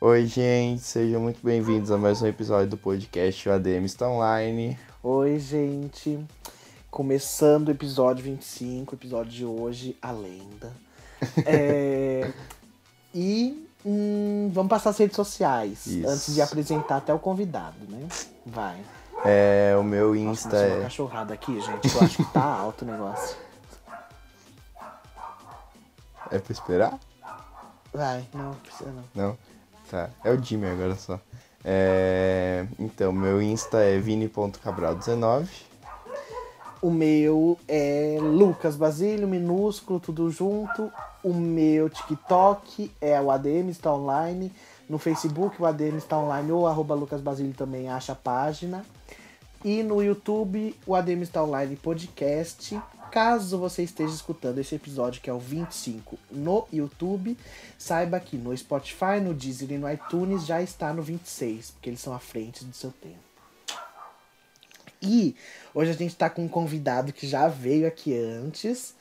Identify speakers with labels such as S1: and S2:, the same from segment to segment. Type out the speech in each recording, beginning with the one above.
S1: Oi, gente, sejam muito bem-vindos a mais um episódio do podcast O ADM está online.
S2: Oi, gente. Começando o episódio 25, episódio de hoje, a lenda. É, E hum, vamos passar as redes sociais
S1: Isso.
S2: antes de apresentar até o convidado, né? Vai.
S1: É, o meu
S2: Nossa,
S1: Insta
S2: nasceu uma
S1: é.
S2: cachorrada aqui, gente. Eu acho que tá alto o negócio.
S1: É pra esperar?
S2: Vai, não, precisa não.
S1: Não? Tá. É o Jimmy agora só. É... Então, meu Insta é vini.cabral19.
S2: O meu é Lucas Basílio, minúsculo, tudo junto. O meu TikTok é o ADM está online. No Facebook, o ADM está online ou arroba Lucas Basílio também acha a página. E no YouTube, o ADM está online podcast. Caso você esteja escutando esse episódio, que é o 25, no YouTube, saiba que no Spotify, no Deezer e no iTunes já está no 26, porque eles são à frente do seu tempo. E hoje a gente tá com um convidado que já veio aqui antes.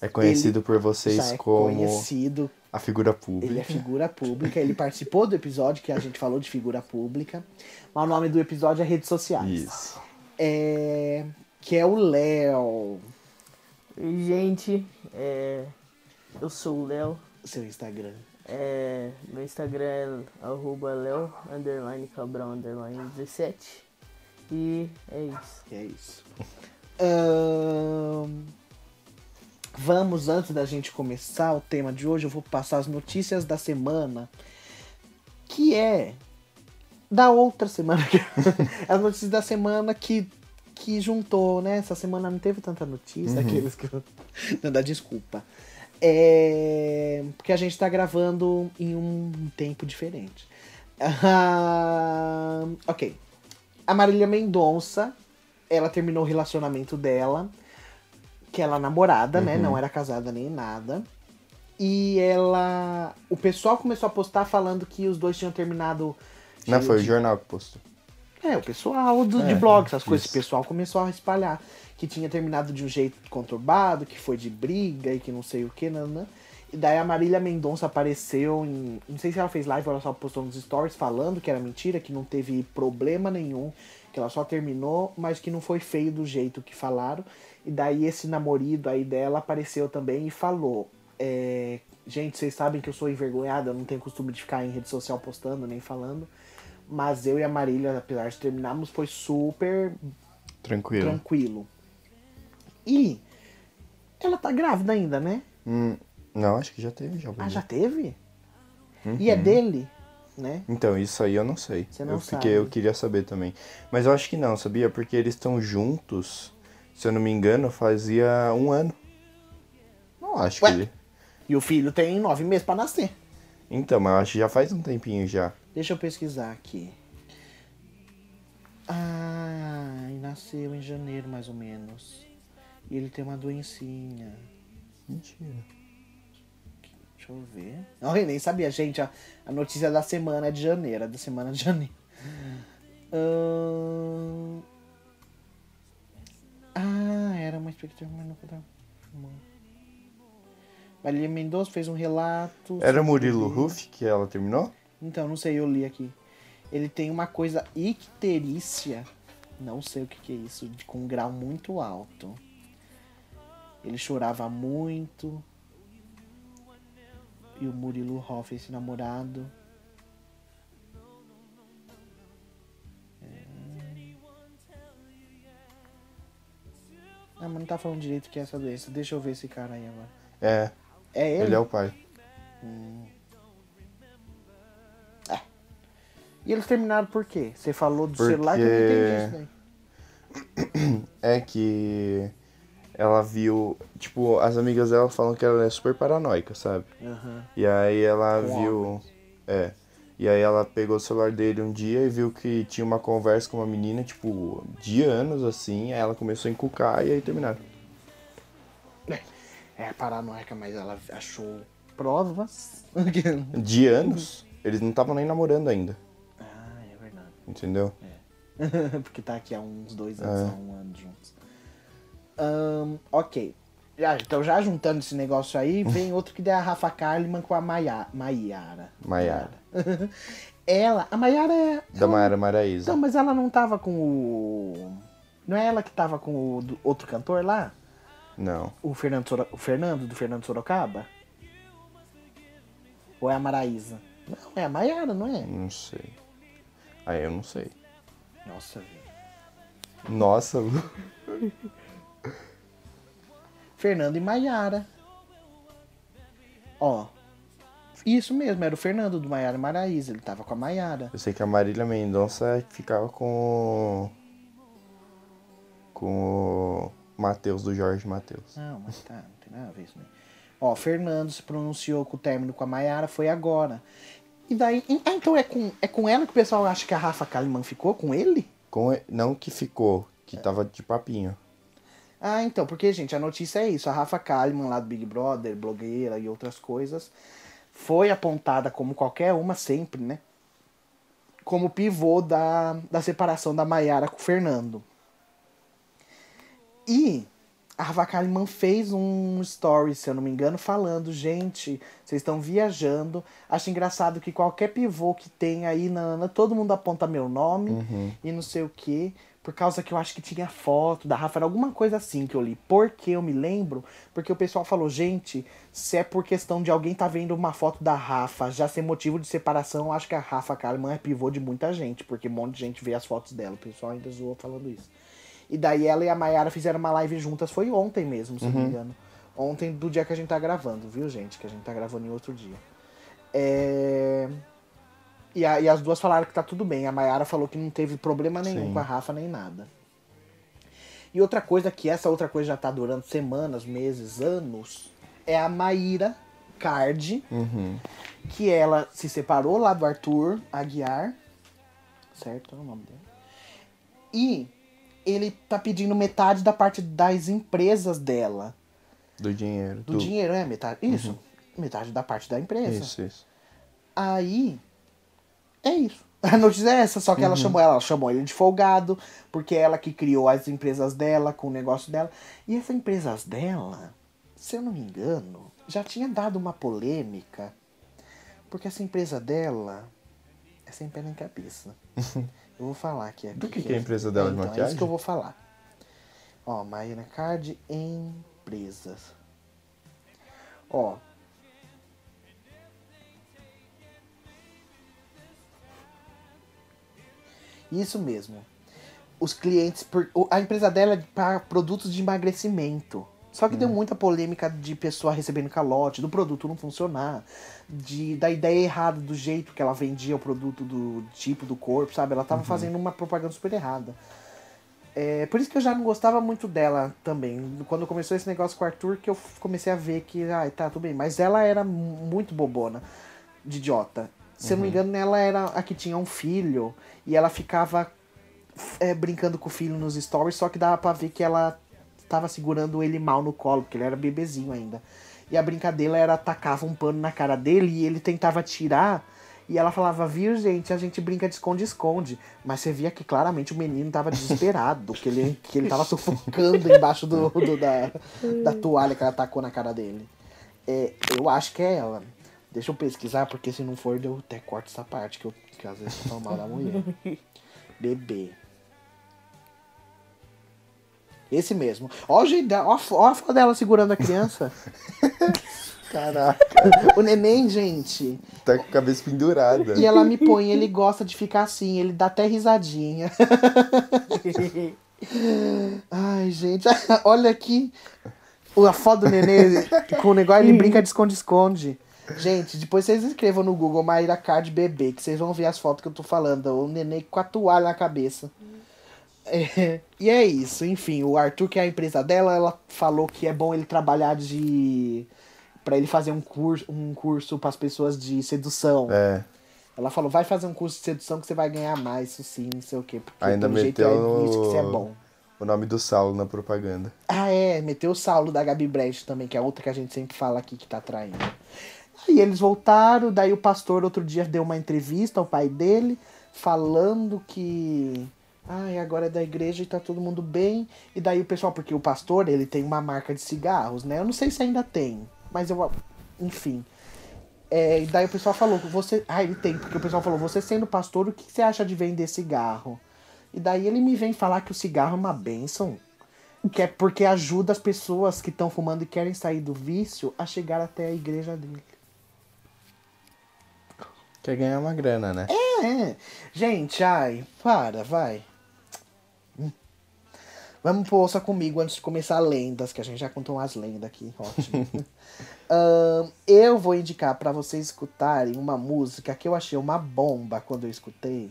S1: É conhecido por
S2: já
S1: vocês
S2: é
S1: como
S2: conhecido,
S1: a figura
S2: ele é
S1: pública.
S2: figura pública, ele participou do episódio que a gente falou de figura pública. Mas o nome do episódio é redes sociais.
S1: Isso.
S2: É, que é o Léo.
S3: Oi, Gente, é, eu sou o Léo.
S2: Seu Instagram.
S3: é, meu Instagram é arroba Léo, underline Cabral, underline 17. E é isso.
S2: É isso. Ahn, Vamos, antes da gente começar o tema de hoje, eu vou passar as notícias da semana, que é da outra semana. as notícias da semana que, que juntou, né? Essa semana não teve tanta notícia, aqueles que. não dá desculpa. É, Porque a gente tá gravando em um tempo diferente. Ah, ok. A Marília Mendonça, ela terminou o relacionamento dela, que ela é namorada, né?
S1: Uhum.
S2: Não era casada nem nada. E ela. O pessoal começou a postar falando que os dois tinham terminado.
S1: Não,
S2: cheio
S1: foi o
S2: de-
S1: jornal que postou.
S2: é, o pessoal do, de
S1: É,
S2: blog, essas coisas, o
S1: isso.
S2: pessoal começou a espalhar. Que tinha terminado de um jeito conturbado, que foi de briga e que não sei o que, nanã. E daí a Marília Mendonça apareceu em. Não sei se ela fez live ou ela só postou nos stories falando que era mentira, que não teve problema nenhum, que ela só terminou, mas que não foi feio do jeito que falaram. E daí esse namorado aí dela apareceu também e falou: é, Gente, vocês sabem que eu sou envergonhada, eu não tenho costume de ficar em rede social postando nem falando. Mas eu e a Marília, apesar de terminarmos, foi super
S1: Tranquilo.
S2: tranquilo. E ela tá grávida ainda, né?
S1: Hum, não, acho que já teve já. o
S2: Ah,
S1: bebê.
S2: já teve? E é dele, né?
S1: Então, isso aí eu não sei.
S2: Você não
S1: eu fiquei,
S2: sabe.
S1: eu queria saber também. Mas eu acho que não, sabia? Porque eles estão juntos, se eu não me engano, fazia um ano. Não acho
S2: Ué?
S1: que ele.
S2: E o filho tem nove meses pra nascer.
S1: Então, mas eu acho que já faz um tempinho já.
S2: Deixa eu pesquisar aqui. Ah, nasceu em janeiro, mais ou menos. E ele tem uma doencinha.
S1: Mentira.
S2: Deixa eu ver. Não, eu nem sabia, gente. A, a notícia da semana é de janeiro. É da semana de janeiro. Ahn. Ah, era uma expectativa, mas não confirmou. Marília Mendonça fez um relato.
S1: Era
S2: sobre-
S1: Murilo Ruff que ela terminou?
S2: Então, não sei, eu li aqui. Ele tem uma coisa icterícia. Não sei o que, que é isso. de- Com um grau muito alto. Ele chorava muito. E o Murilo Hoff, esse namorado. É. Ah, mas não tá falando direito o que é essa doença. Deixa eu ver esse cara aí agora.
S1: É,
S2: É ele?
S1: ele é o pai.
S2: E eles terminaram por quê? Você falou do
S1: Porque-
S2: celular que eu não entendi isso daí.
S1: É que ela viu. Tipo, as amigas dela falam que ela é super paranoica, sabe?
S2: Aham.
S1: E aí ela
S2: Com
S1: viu. É. E aí ela pegou o celular dele um dia e viu que tinha uma conversa com uma menina, tipo, de anos assim. Aí ela começou a encucar e aí terminaram.
S2: É paranoica, mas ela achou provas.
S1: De anos? Eles não estavam nem namorando ainda,
S2: ah, é verdade.
S1: entendeu? É.
S2: Porque tá aqui há uns dois anos, há um ano juntos. Ahn, ok. Já- então já juntando esse negócio aí, vem outro que é a Rafa Kalimann com a Maia, Maiara.
S1: Maiara.
S2: Ela, a Maiara é...
S1: Da Maiara Maraísa.
S2: Então, mas ela não tava com o... Não é ela que tava com o do- outro cantor lá?
S1: Não.
S2: O Fernando, Soro- o Fernando, do Fernando Sorocaba? Ou é a Maraísa? Não, é a Maiara, não é?
S1: Não sei. Aí eu não sei.
S2: Nossa, velho.
S1: Nossa, Lu.
S2: Fernando e Maiara. Ó. Isso mesmo, era o Fernando do Maiara e Maraísa, ele tava com a Maiara.
S1: Eu sei que a Marília Mendonça ficava com. o- Com o Matheus, do Jorge Matheus.
S2: Não, mas tá, não tem nada a ver isso, né? Ó, Fernando se pronunciou com o término com a Maiara, foi agora. E daí. Ah, então é com, é com ela que o pessoal acha que a Rafa Kalimann ficou? Com ele?
S1: Com... e- Não que ficou, que tava de papinho.
S2: Ah, então, porque, gente, a notícia é isso. A Rafa Kalimann, lá do Big Brother, blogueira e outras coisas, foi apontada como qualquer uma sempre, né? Como pivô da, da separação da Maiara com o Fernando. E a Rafa Kalimann fez um story, se eu não me engano, falando, gente, vocês estão viajando. Acho engraçado que qualquer pivô que tem aí, Nana, todo mundo aponta meu nome e não sei o quê. Por causa que eu acho que tinha foto da Rafa, era alguma coisa assim que eu li. Por que eu me lembro? Porque o pessoal falou, gente, se é por questão de alguém tá vendo uma foto da Rafa, já ser motivo de separação, eu acho que a Rafa Kalimann é pivô de muita gente, porque um monte de gente vê as fotos dela. O pessoal ainda zoou falando isso. E daí ela e a Mayara fizeram uma live juntas, foi ontem mesmo, se eu não me engano. Ontem do dia que a gente tá gravando, viu, gente? Que a gente tá gravando em outro dia. É... E, a- e as duas falaram que tá tudo bem. A Mayara falou que não teve problema nenhum
S1: Sim.
S2: com a Rafa nem nada. E outra coisa que essa outra coisa já tá durando semanas, meses, anos, é a Maíra Card, que ela se separou lá do Arthur Aguiar, certo? É o nome dela. E ele tá pedindo metade da parte das empresas dela.
S1: Do dinheiro.
S2: Do dinheiro, é metade. Isso. Metade da parte da empresa.
S1: Isso, isso.
S2: Aí. É isso. A notícia é essa, só que ela
S1: Uhum.
S2: chamou ela, ela chamou ele de folgado, porque é ela que criou as empresas dela, com o negócio dela. E essas empresas dela, se eu não me engano, já tinha dado uma polêmica. Porque essa empresa dela é sem pé nem cabeça. eu vou falar aqui.
S1: Do
S2: aqui,
S1: que que é a empresa dela de
S2: então, É isso
S1: maquiagem?
S2: que eu vou falar. Ó, Maíra Card Empresas. Ó, Isso mesmo. Os clientes. por- o- A empresa dela é para produtos de emagrecimento. Só que deu muita polêmica de pessoa recebendo calote, do produto não funcionar, de, da ideia errada do jeito que ela vendia o produto, do tipo do corpo, sabe? Ela tava fazendo uma propaganda super errada. É, por isso que eu já não gostava muito dela também. Quando começou esse negócio com o Arthur, que eu f- comecei a ver que, ai, tá, tudo bem. Mas ela era mu- muito bobona, de idiota. Se eu não me engano, ela era a que tinha um filho e ela ficava é, brincando com o filho nos stories, só que dava pra ver que ela tava segurando ele mal no colo, porque ele era bebezinho ainda. E a brincadeira era atacava um pano na cara dele e ele tentava tirar. E ela falava, viu, gente, a gente brinca de esconde-esconde. Mas você via que claramente o menino tava desesperado, que, ele, que ele tava sufocando embaixo do, do- da, da toalha que ela tacou na cara dele. É, eu acho que é ela. Deixa eu pesquisar, porque se não for, eu até corto essa parte, que, eu, que às vezes eu falo mal da mulher. Bebê. Esse mesmo. Ó, o jeito dela, ó, a fo- ó a foto dela segurando a criança.
S1: Caraca,
S2: o neném, gente.
S1: tá com a cabeça pendurada.
S2: E ela me põe, ele gosta de ficar assim, ele dá até risadinha. Ai, gente, olha aqui o- a foto do nenê com o negócio, ele brinca de esconde-esconde. Gente, depois vocês escrevam no Google Maíra Card bebê, que vocês vão ver as fotos que eu tô falando. O nenê com a toalha na cabeça. É, e é isso, enfim, o Arthur, que é a empresa dela, ela falou que é bom ele trabalhar de. Pra ele fazer um curso, um curso para pessoas de sedução.
S1: É,
S2: Ela falou, vai fazer um curso de sedução que você vai ganhar mais, isso sim, não sei o quê. Porque
S1: Ainda
S2: pelo
S1: meteu
S2: jeito é isso que você é
S1: o-
S2: bom.
S1: o nome do Saulo na propaganda.
S2: Ah, é, meteu o Saulo da Gabi Brecht também, que é outra que a gente sempre fala aqui que tá traindo. Aí eles voltaram, daí o pastor outro dia deu uma entrevista ao pai dele, falando que Ai, agora é da igreja e tá todo mundo bem. E daí o pessoal, porque o pastor, ele tem uma marca de cigarros, né? Eu não sei se ainda tem, mas eu. Enfim. É, e daí o pessoal falou, você. Ah, ele tem, porque o pessoal falou, você sendo pastor, o que você acha de vender cigarro? E daí ele me vem falar que o cigarro é uma bênção. Que é porque ajuda as pessoas que estão fumando e querem sair do vício a chegar até a igreja dele.
S1: Quer ganhar uma grana, né?
S2: É. Gente, ai, para, vai. Hum. Vamos pro ouça comigo antes de começar lendas, que a gente já contou umas lendas aqui. Ótimo. Ahn, eu vou indicar pra vocês escutarem uma música que eu achei uma bomba quando eu escutei.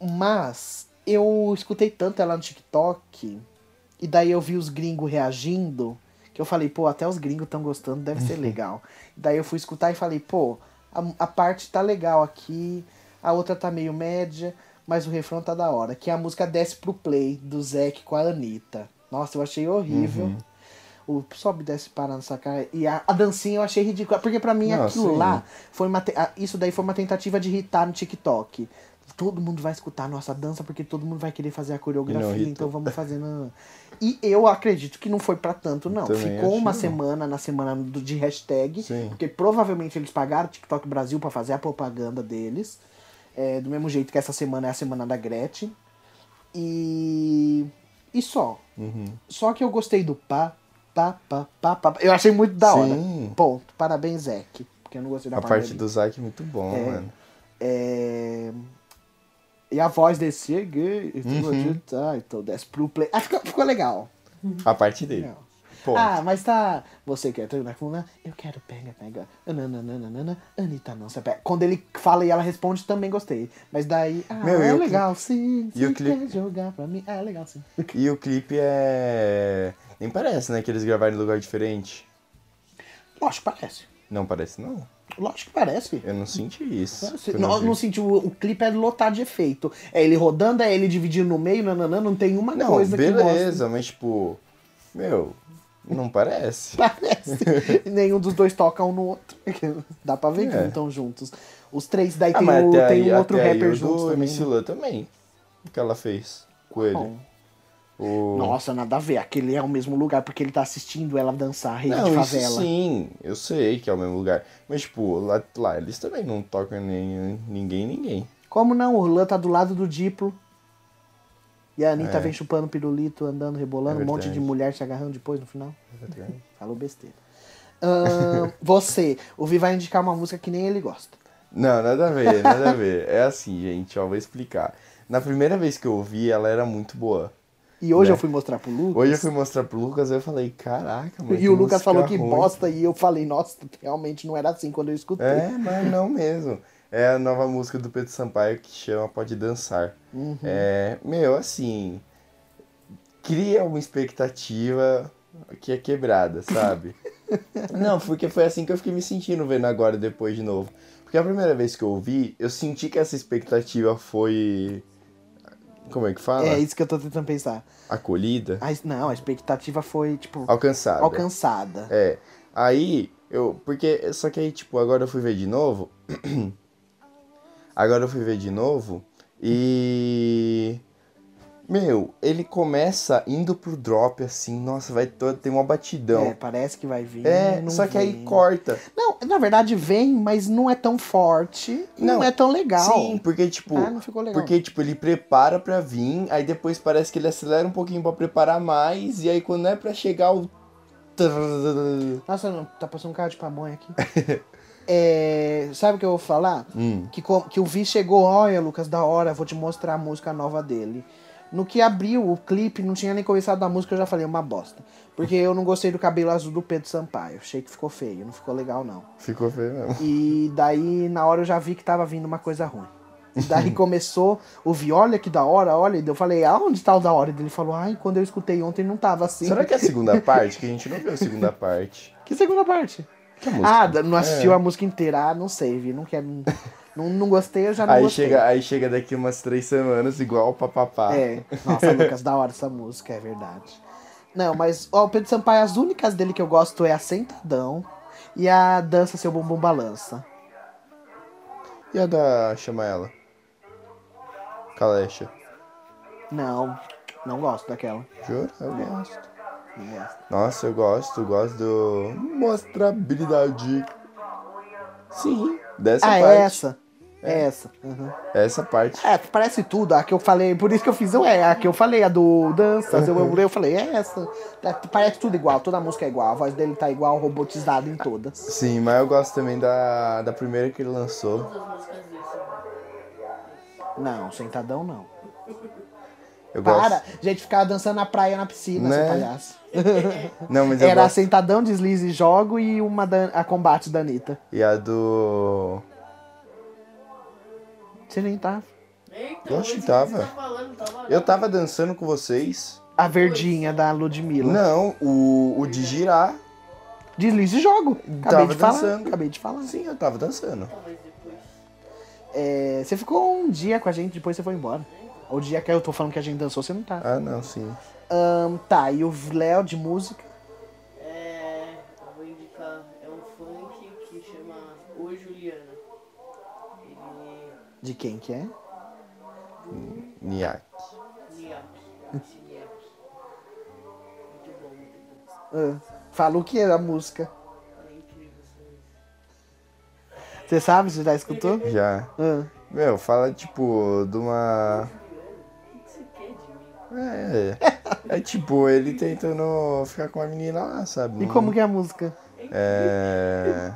S2: Mas eu escutei tanto ela no TikTok, e daí eu vi os gringos reagindo, que eu falei, pô, até os gringos estão gostando, deve ser legal. daí eu fui escutar e falei, pô, a, a parte tá legal aqui, a outra tá meio média, mas o refrão tá da hora. Que é a música Desce pro Play, do Zac com a Anitta. Nossa, eu achei horrível.
S1: Uhum.
S2: O sobe, desce, para nessa cara. E a, a dancinha eu achei ridícula. Porque pra mim
S1: Não,
S2: aquilo
S1: sim.
S2: lá, foi uma te- ah, isso daí foi uma tentativa de irritar no TikTok. Todo mundo vai escutar a nossa dança porque todo mundo vai querer fazer a coreografia,
S1: irritou.
S2: então vamos fazer. não, não, não. E eu acredito que não foi pra tanto, não.
S1: Também
S2: Ficou uma
S1: acho que não.
S2: semana na semana do- de hashtag,
S1: Sim.
S2: porque provavelmente eles pagaram o TikTok Brasil pra fazer a propaganda deles. É, do mesmo jeito que essa semana é a semana da Gretchen. E. E só.
S1: Uhum.
S2: Só que eu gostei do pá, pá, pá, pá, pá. pá. Eu achei muito da hora.
S1: Sim.
S2: Ponto. Parabéns, Zeke. Porque eu não gostei da
S1: A parte
S2: dele.
S1: do Zack é muito bom,
S2: É.
S1: mano.
S2: É... E a voz desse cheguei, uhum. tá, então desce pro play. Ah, ficou, ficou legal.
S1: A parte dele.
S2: Legal.
S1: Pô,
S2: Uhum. Ah, mas tá. Você quer terminar com né? Eu quero pega, pega. Nananana, Anitta não se pega. Quando ele fala e ela responde, também gostei. Mas daí. Ah,
S1: Meu, e
S2: é
S1: o
S2: legal, sim.
S1: e o
S2: Se quer
S1: clipe?
S2: jogar pra mim. Ah, é legal, sim.
S1: E o clipe é. Nem parece, né? Que eles gravaram em lugar diferente.
S2: Lógico que parece.
S1: Não parece, não.
S2: Lógico que parece.
S1: Eu não senti isso.
S2: Se-
S1: quando eu
S2: Então, Não,
S1: vi.
S2: não senti, o, o clipe é lotado de efeito. É ele rodando, é ele dividindo no meio, nananã, não tem uma
S1: Não,
S2: coisa que mostra.
S1: beleza, mas tipo. Meu, não parece.
S2: Parece. Nenhum dos dois toca um no outro. Dá pra ver que
S1: É.
S2: não estão juntos. Os três, daí
S1: Ah,
S2: tem,
S1: mas
S2: o,
S1: até
S2: tem
S1: aí-
S2: um outro
S1: até aí
S2: rapper
S1: o
S2: juntos
S1: do
S2: também.
S1: MC
S2: né?
S1: Lan também. O que ela fez com ele?
S2: Bom,
S1: O-
S2: Nossa, nada a ver. Aquele é o mesmo lugar, porque ele tá assistindo ela dançar a rede
S1: Não,
S2: de
S1: isso
S2: favela.
S1: sim, eu sei que é o mesmo lugar. Mas, tipo, lá, lá eles também não tocam nem, ninguém, ninguém.
S2: Como não? O Lan tá do lado do Diplo. E a Anitta
S1: É.
S2: vem chupando pirulito, andando, rebolando,
S1: É
S2: um monte de
S1: verdade.
S2: mulher se agarrando depois no final. Falou besteira. Ahn, você, o Vi vai indicar uma música que nem ele gosta.
S1: Não, nada a ver, nada a ver. É assim, gente, ó, vou explicar. Na primeira vez que eu ouvi, ela era muito boa.
S2: E hoje
S1: Né?
S2: eu fui mostrar pro Lucas.
S1: Hoje eu fui mostrar pro Lucas e eu falei, caraca, mano.
S2: E o Lucas falou que
S1: ruim.
S2: bosta e eu falei, nossa, realmente não era assim quando eu escutei.
S1: É, mas não mesmo. É a nova música do Pedro Sampaio que chama Pode Dançar. É, meu, assim, cria uma expectativa que é quebrada, sabe? não, porque foi assim que eu fiquei me sentindo vendo agora e depois de novo. Porque a primeira vez que eu ouvi, eu senti que essa expectativa foi. Como é que fala?
S2: É isso que eu tô tentando pensar.
S1: Acolhida?
S2: Mas não, a expectativa foi, tipo,
S1: Alcançada.
S2: alcançada.
S1: É. Aí, eu. Porque. Só que aí, tipo, agora eu fui ver de novo. agora eu fui ver de novo. E. Meu, ele começa indo pro drop assim. Nossa, vai todo. Tem uma
S2: É,
S1: batidão.
S2: parece que vai vir.
S1: então. É,
S2: não
S1: só que aí
S2: vem.
S1: corta.
S2: Não, na verdade vem, mas não é tão forte, não,
S1: Não.
S2: é tão legal.
S1: Sim, porque, tipo.
S2: Ah, não ficou legal.
S1: Porque, tipo, ele prepara pra vir, aí depois parece que ele acelera um pouquinho pra preparar mais, e aí quando é pra chegar o.
S2: Nossa, não, tá passando um carro de pamonha aqui. É, sabe o que eu vou falar?
S1: Hum.
S2: Que, co- que o Vi chegou, olha, Lucas, da hora, vou te mostrar a música nova dele. No que abriu o clipe, não tinha nem começado a música, eu já falei, "É uma bosta. Porque eu não gostei do cabelo azul do Pedro Sampaio. Achei que ficou feio, não ficou legal, não.
S1: Ficou feio mesmo.
S2: E daí, na hora, eu já vi que tava vindo uma coisa ruim. E daí começou, o Vi, olha que da hora, olha. E daí eu falei, aonde tá o da hora? E daí ele falou, ai, quando eu escutei ontem não tava assim.
S1: Será que é a segunda parte? Que a gente não viu a segunda parte.
S2: Que segunda parte?
S1: Que música? É.
S2: Ah, da- não assistiu a música inteira. Ah, não sei, Vi. Não quero. não, não gostei, eu já não
S1: Aí
S2: gostei.
S1: chega, aí chega daqui umas três semanas, igual o papapá.
S2: É. Nossa, Lucas, da hora essa música, é verdade. Não, mas ó, o Pedro Sampaio, as únicas dele que eu gosto é a Sentadão e a Dança Seu Bumbum Balança.
S1: E a da. chama ela? Calecha.
S2: Não, não gosto daquela.
S1: Juro? Eu gosto.
S2: Não gosto.
S1: Nossa, eu gosto, eu gosto do. Mostrabilidade. Sim, dessa
S2: ah,
S1: parte.
S2: é essa? É, essa. Uhum.
S1: Essa parte.
S2: É, parece tudo. A que eu falei, por isso que eu fiz um é. A que eu falei, a do Danças, eu lembrei, eu falei, é essa. Tá- Parece tudo igual, toda música é igual. A voz dele tá igual, robotizada em todas.
S1: Sim, mas eu gosto também da, da primeira que ele lançou.
S2: Não, sentadão não.
S1: Eu
S2: Para!
S1: gosto.
S2: Gente, ficava dançando na praia, na piscina,
S1: Né?
S2: seu palhaço.
S1: Não, mas eu
S2: Era
S1: gosto.
S2: sentadão, deslize, jogo e uma da- a combate da Anitta.
S1: E a do.
S2: Você nem tá.
S4: Eita,
S1: Eu acho
S4: mas
S1: que tava.
S4: Você tá falando, tava
S1: Eu tava dançando com vocês.
S2: A verdinha da Ludmilla.
S1: Não, o, o de girar.
S2: Deslize, jogo. Acabei
S1: Tava
S2: de falar.
S1: dançando.
S2: Acabei de falar.
S1: Sim, eu tava dançando.
S4: mas depois.
S2: É, você ficou um dia com a gente, depois você foi embora. O dia que eu tô falando que a gente dançou, você não tá.
S1: Ah, não, sim.
S2: Ahn, tá, e o Léo de música?
S4: É. Eu vou indicar. É um funk que chama O Juliana. Ele.
S2: De quem que é?
S1: Niak.
S4: Niak. Esse Niak. Muito bom, muito bom.
S2: Ahn, fala o que é a música.
S4: É incrível essa música.
S2: Você sabe? Você já escutou? Ah,
S1: Já.
S2: Ahn,
S1: Meu, fala tipo de uma.
S4: O que você quer de mim?
S1: É, é. É tipo, ele tentando ficar com uma menina lá, sabe?
S2: e como que é a música?
S1: É.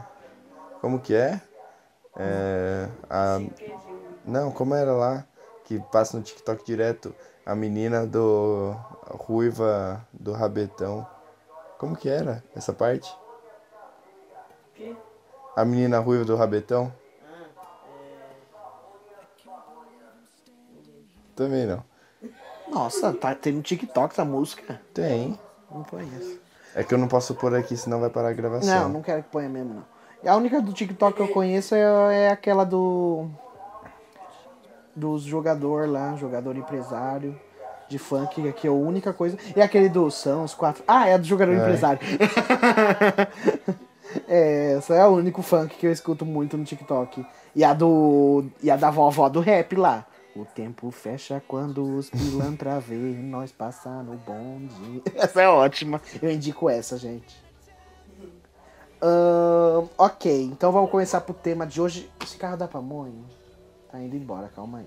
S1: Como que é? É. A... Não, como era lá? Que passa no TikTok direto. A menina do. a Ruiva do Rabetão. Como que era essa parte?
S4: O quê?
S1: A menina ruiva do Rabetão? Também não.
S2: Nossa, tá, tem no TikTok essa música?
S1: Tem.
S2: Não conheço.
S1: É que eu não posso pôr aqui, senão vai parar a
S2: Não,
S1: gravação.
S2: não quero que ponha mesmo, não. A única do TikTok que eu conheço é, é aquela do. Dos jogador lá, jogador empresário de funk, que é a única coisa. E aquele do São os quatro. Ah, é a do jogador empresário. é, essa é o único funk que eu escuto muito no TikTok. E a do. E a da vovó do rap lá. O tempo fecha quando os pilantra vê nós passar no bonde. Essa é ótima. Eu indico essa, gente. Ahn, ok, então vamos começar pro tema de hoje. Esse carro dá pamonha? Tá indo embora, calma aí.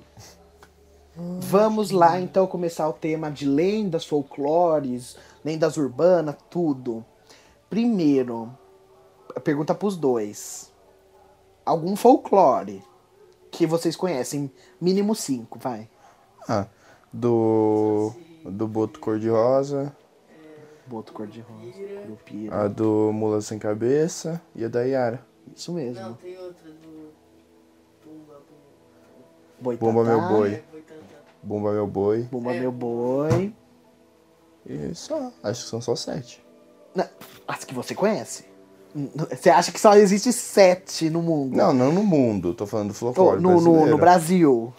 S2: Vamos lá então começar o tema de lendas, folclores, lendas urbanas, tudo. Primeiro, pergunta pros dois. Algum folclore que vocês conhecem? Mínimo cinco, vai.
S1: Ah, do. Do Boto Cor-de-Rosa,
S2: Boto cor-de-rosa, Lupira.
S1: a do Mula Sem Cabeça e a da Yara.
S2: Isso mesmo.
S4: Não, tem outra do. Pumba, Pumba.
S2: Boitatá,
S1: Bomba Meu Boi.
S4: Foi tanta.
S1: Bomba Meu Boi.
S2: Bomba meu boi.
S1: E só. Acho que são só sete.
S2: Não, as que você conhece. Você acha que só existe sete no mundo?
S1: Não, não no mundo. Tô falando do
S2: Ou
S1: folclore
S2: no, no,
S1: brasileiro.
S2: no Brasil.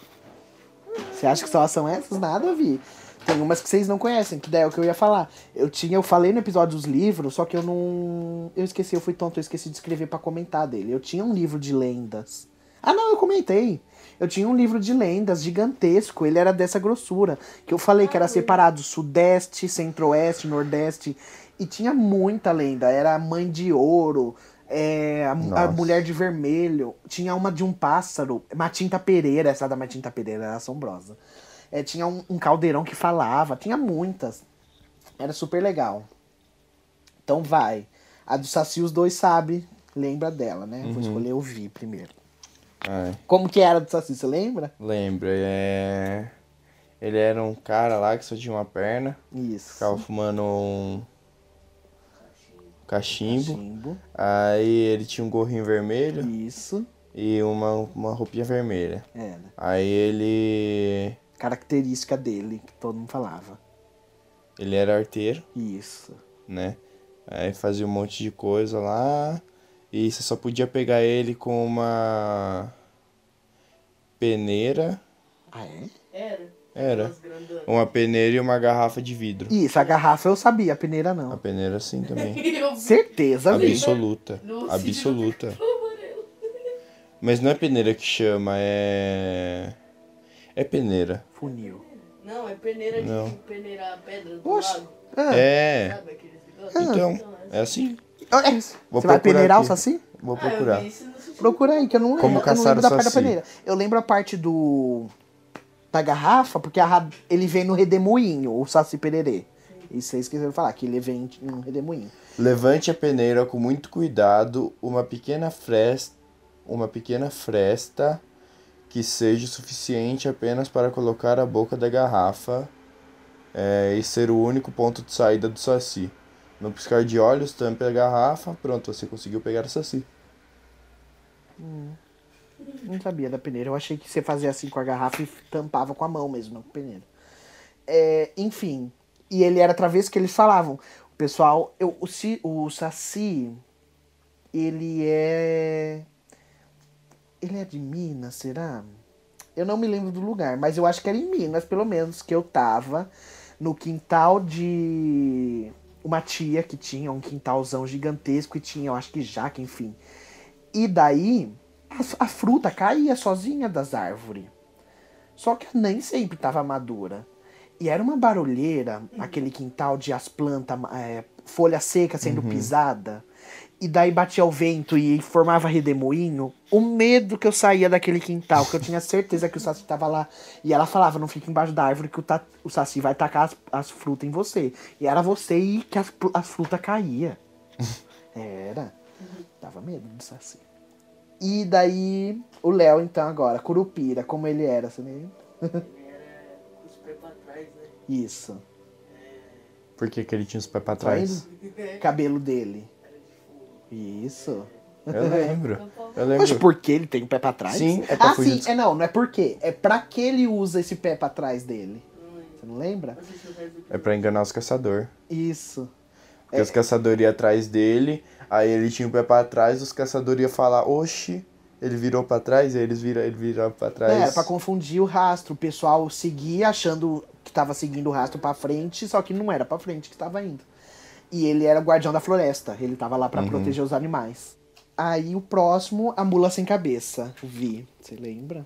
S2: Você acha que só são essas? Nada, Vi. Tem umas que vocês não conhecem, que daí é o que eu ia falar. Eu tinha, eu falei no episódio dos livros, só que eu não. Eu esqueci, eu fui tonto, eu esqueci de escrever pra comentar dele. Eu tinha um livro de lendas. Ah, não, eu comentei. Eu tinha um livro de lendas gigantesco, ele era dessa grossura. Que eu falei que era separado Sudeste, Centro-Oeste, Nordeste. E tinha muita lenda. Era a Mãe de Ouro, é, a, a
S1: Nossa.
S2: Mulher de Vermelho. Tinha uma de um pássaro, Matinta Pereira. Essa da Matinta Pereira era assombrosa. É, tinha um, um caldeirão que falava. Tinha muitas. Era super legal. Então vai. A do Saci os dois sabe. Lembra dela, né? Vou escolher ouvir primeiro.
S1: Ai,
S2: Como que era do Saci, você lembra?
S1: lembro, é. Ele era um cara lá que só tinha uma perna.
S2: Isso.
S1: Ficava fumando um. Cachimbo.
S2: Chimbo.
S1: Aí ele tinha um gorrinho vermelho
S2: Isso.
S1: e uma, uma roupinha vermelha.
S2: Era.
S1: Aí ele.
S2: Característica dele, que todo mundo falava.
S1: Ele era arteiro,
S2: Isso.
S1: né? Aí fazia um monte de coisa lá. E você só podia pegar ele com uma. peneira.
S2: Ah, é?
S4: Era?
S1: Era.
S4: As grandonas.
S1: Uma peneira e uma garrafa de vidro.
S2: Isso, a garrafa eu sabia, a peneira
S1: A
S2: não.
S1: peneira sim também.
S4: Eu vi
S2: Certeza, vi.
S1: Absoluta.
S4: no
S1: Absoluta.
S4: Círio Amarelo.
S1: Mas não é peneira que chama, é. É peneira.
S2: Funil.
S4: Não, é peneira de
S1: Não.
S4: peneirar a pedra do
S2: Oxe.
S4: lago.
S2: Ah,
S1: É.
S4: Sabe aqueles negócios?
S1: Então,
S4: essa-
S1: é assim.
S2: ah, é. Você
S1: Vou
S2: vai
S1: procurar
S2: peneirar o
S1: aqui.
S2: saci?
S1: Vou
S4: Ah,
S1: procurar.
S4: eu vi isso no sentido-
S2: Procura aí, que eu não lembro.
S1: Como
S2: eu não
S1: caçar
S2: lembro
S1: o
S2: da parte da
S1: saci.
S2: peneira. Eu lembro a parte do. da garrafa, porque a ra- ele vem no redemoinho, o Saci Pererê. E vocês esqueceram de falar, que ele vem no redemoinho.
S1: Levante a peneira com muito cuidado, uma pequena fresta, uma pequena fresta que seja suficiente apenas para colocar a boca da garrafa é, e ser o único ponto de saída do saci. No piscar de olhos, tampe a garrafa, pronto, você conseguiu pegar o saci.
S2: Não sabia da peneira. Eu achei que você fazia assim com a garrafa e tampava com a mão mesmo, não com a peneira. É, enfim. E ele era travesso que eles falavam. O pessoal, eu, o, ci- o Saci, ele é. Ele é de Minas, será? Eu não me lembro do lugar, mas eu acho que era em Minas, pelo menos, que eu tava no quintal de uma tia que tinha um quintalzão gigantesco e tinha, eu acho que jaca, enfim. E daí, a, a fruta caía sozinha das árvores. Só que nem sempre tava madura. E era uma barulheira, aquele quintal de as plantas, é, folha seca sendo pisada. E daí batia o vento e formava redemoinho. O medo que eu saía daquele quintal, que eu tinha certeza que o Saci tava lá. E ela falava, não fica embaixo da árvore que o, ta- o Saci vai tacar as, as frutas em você. E era você e que as, pl- as frutas caía. Era. Tava medo do Saci. E daí, o Léo, então, agora, Curupira, como ele era, você nem...
S4: Ele era com os pés pra trás, né?
S2: Isso.
S1: Por que, que ele tinha os pés pra trás?
S2: Cabelo dele. Isso.
S1: Eu lembro. Eu
S2: Mas
S1: lembro.
S2: por que ele tem o pé pra trás?
S1: Sim, é pra
S2: ah,
S1: fugir
S2: sim,
S1: dos-
S2: é não, não é por quê. É pra que ele usa esse pé pra trás dele. Você não lembra?
S4: Não sei se eu quero dizer
S1: É pra enganar os caçadores.
S2: Isso. É.
S1: Porque os caçadores iam atrás dele, aí ele tinha o pé pra trás, os caçadores iam falar, oxi, ele virou pra trás, aí eles viram, ele virava pra trás.
S2: Não, era É, pra confundir o rastro. O pessoal seguia achando que tava seguindo o rastro pra frente, só que não era pra frente que tava indo. E ele era o guardião da floresta. Ele tava lá pra
S1: Uhum.
S2: proteger os animais. Aí o próximo, a mula sem cabeça. Vi. Você lembra?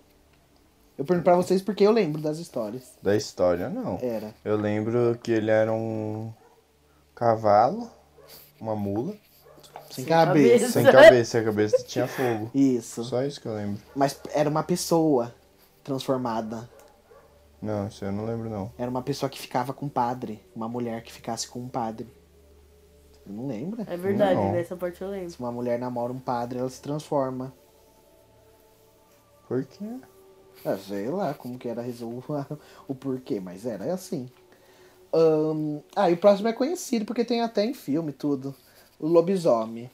S2: Eu pergunto pra vocês porque eu lembro das histórias.
S1: Da história, não.
S2: Era.
S1: Eu lembro que ele era um cavalo, uma mula,
S3: Sem
S2: Sem, cabeça.
S3: cabeça.
S1: sem cabeça, a cabeça tinha fogo.
S2: Isso.
S1: Só isso que eu lembro.
S2: Mas era uma pessoa transformada.
S1: Não, isso eu não lembro não.
S2: Era uma pessoa que ficava com um padre. Uma mulher que ficasse com um padre. Você não lembra?
S3: É verdade,
S1: Não.
S3: nessa parte eu lembro.
S2: Se uma mulher namora um padre, ela se transforma.
S1: Por quê?
S2: Ah, sei lá como que era resolver o porquê, mas era assim. Ahn, ah, e o próximo é conhecido porque tem até em filme e tudo. O lobisomem.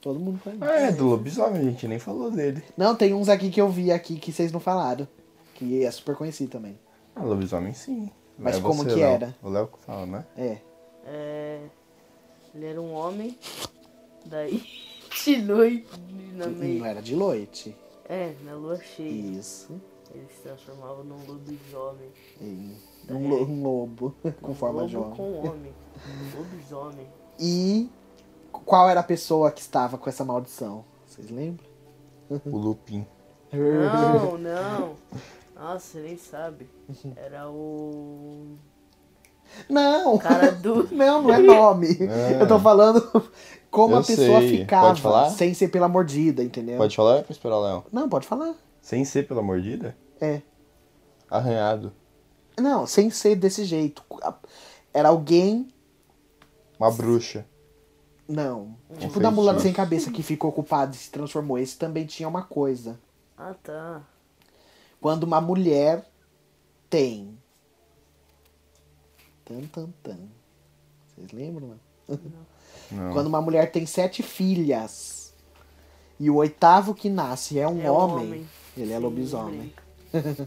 S2: Todo mundo conhece.
S1: Ah, é do lobisomem, a gente nem falou dele.
S2: Não, tem uns aqui que eu vi aqui que vocês não falaram. Que é super conhecido também.
S1: Ah, lobisomem sim.
S2: Mas
S1: É
S2: como
S1: você,
S2: que
S1: Léo.
S2: era?
S1: O Léo que fala, né?
S2: É.
S3: É, ele era um homem, daí de noite, na
S2: Não
S3: meia.
S2: era de noite.
S3: É, na lua cheia.
S2: Isso.
S3: Ele se transformava num lobisomem.
S2: E um, lo- um lobo com forma
S3: É. lobo
S2: de homem.
S3: com homem. Um lobisomem.
S2: E qual era a pessoa que estava com essa maldição? Vocês lembram?
S1: O Lupin.
S2: É
S3: Não, não. Nossa, você nem sabe.
S2: Uhum.
S3: Era o
S2: Não!
S3: cara do.
S2: Não, não é nome.
S1: É.
S2: Eu tô falando como
S1: Eu
S2: a
S1: sei.
S2: pessoa
S1: Pode
S2: ficava
S1: falar?
S2: sem ser pela mordida, entendeu?
S1: Pode falar? Pode esperar, Léo.
S2: Não, pode falar.
S1: Sem ser pela mordida?
S2: É.
S1: Arranhado.
S2: Não, sem ser desse jeito. Era alguém.
S1: Uma bruxa.
S2: Não. tipo
S1: feitiço.
S2: da mulata sem cabeça que ficou culpada e se transformou. Esse também tinha uma coisa.
S3: Ah, tá.
S2: Quando uma mulher tem. Tan, tan, tan. Vocês lembram, não?
S1: Não.
S2: Quando uma mulher tem sete filhas e o oitavo que nasce é um,
S3: É um
S2: homem,
S3: homem.
S2: ele é
S3: Sim,
S2: lobisomem.
S3: lembrei.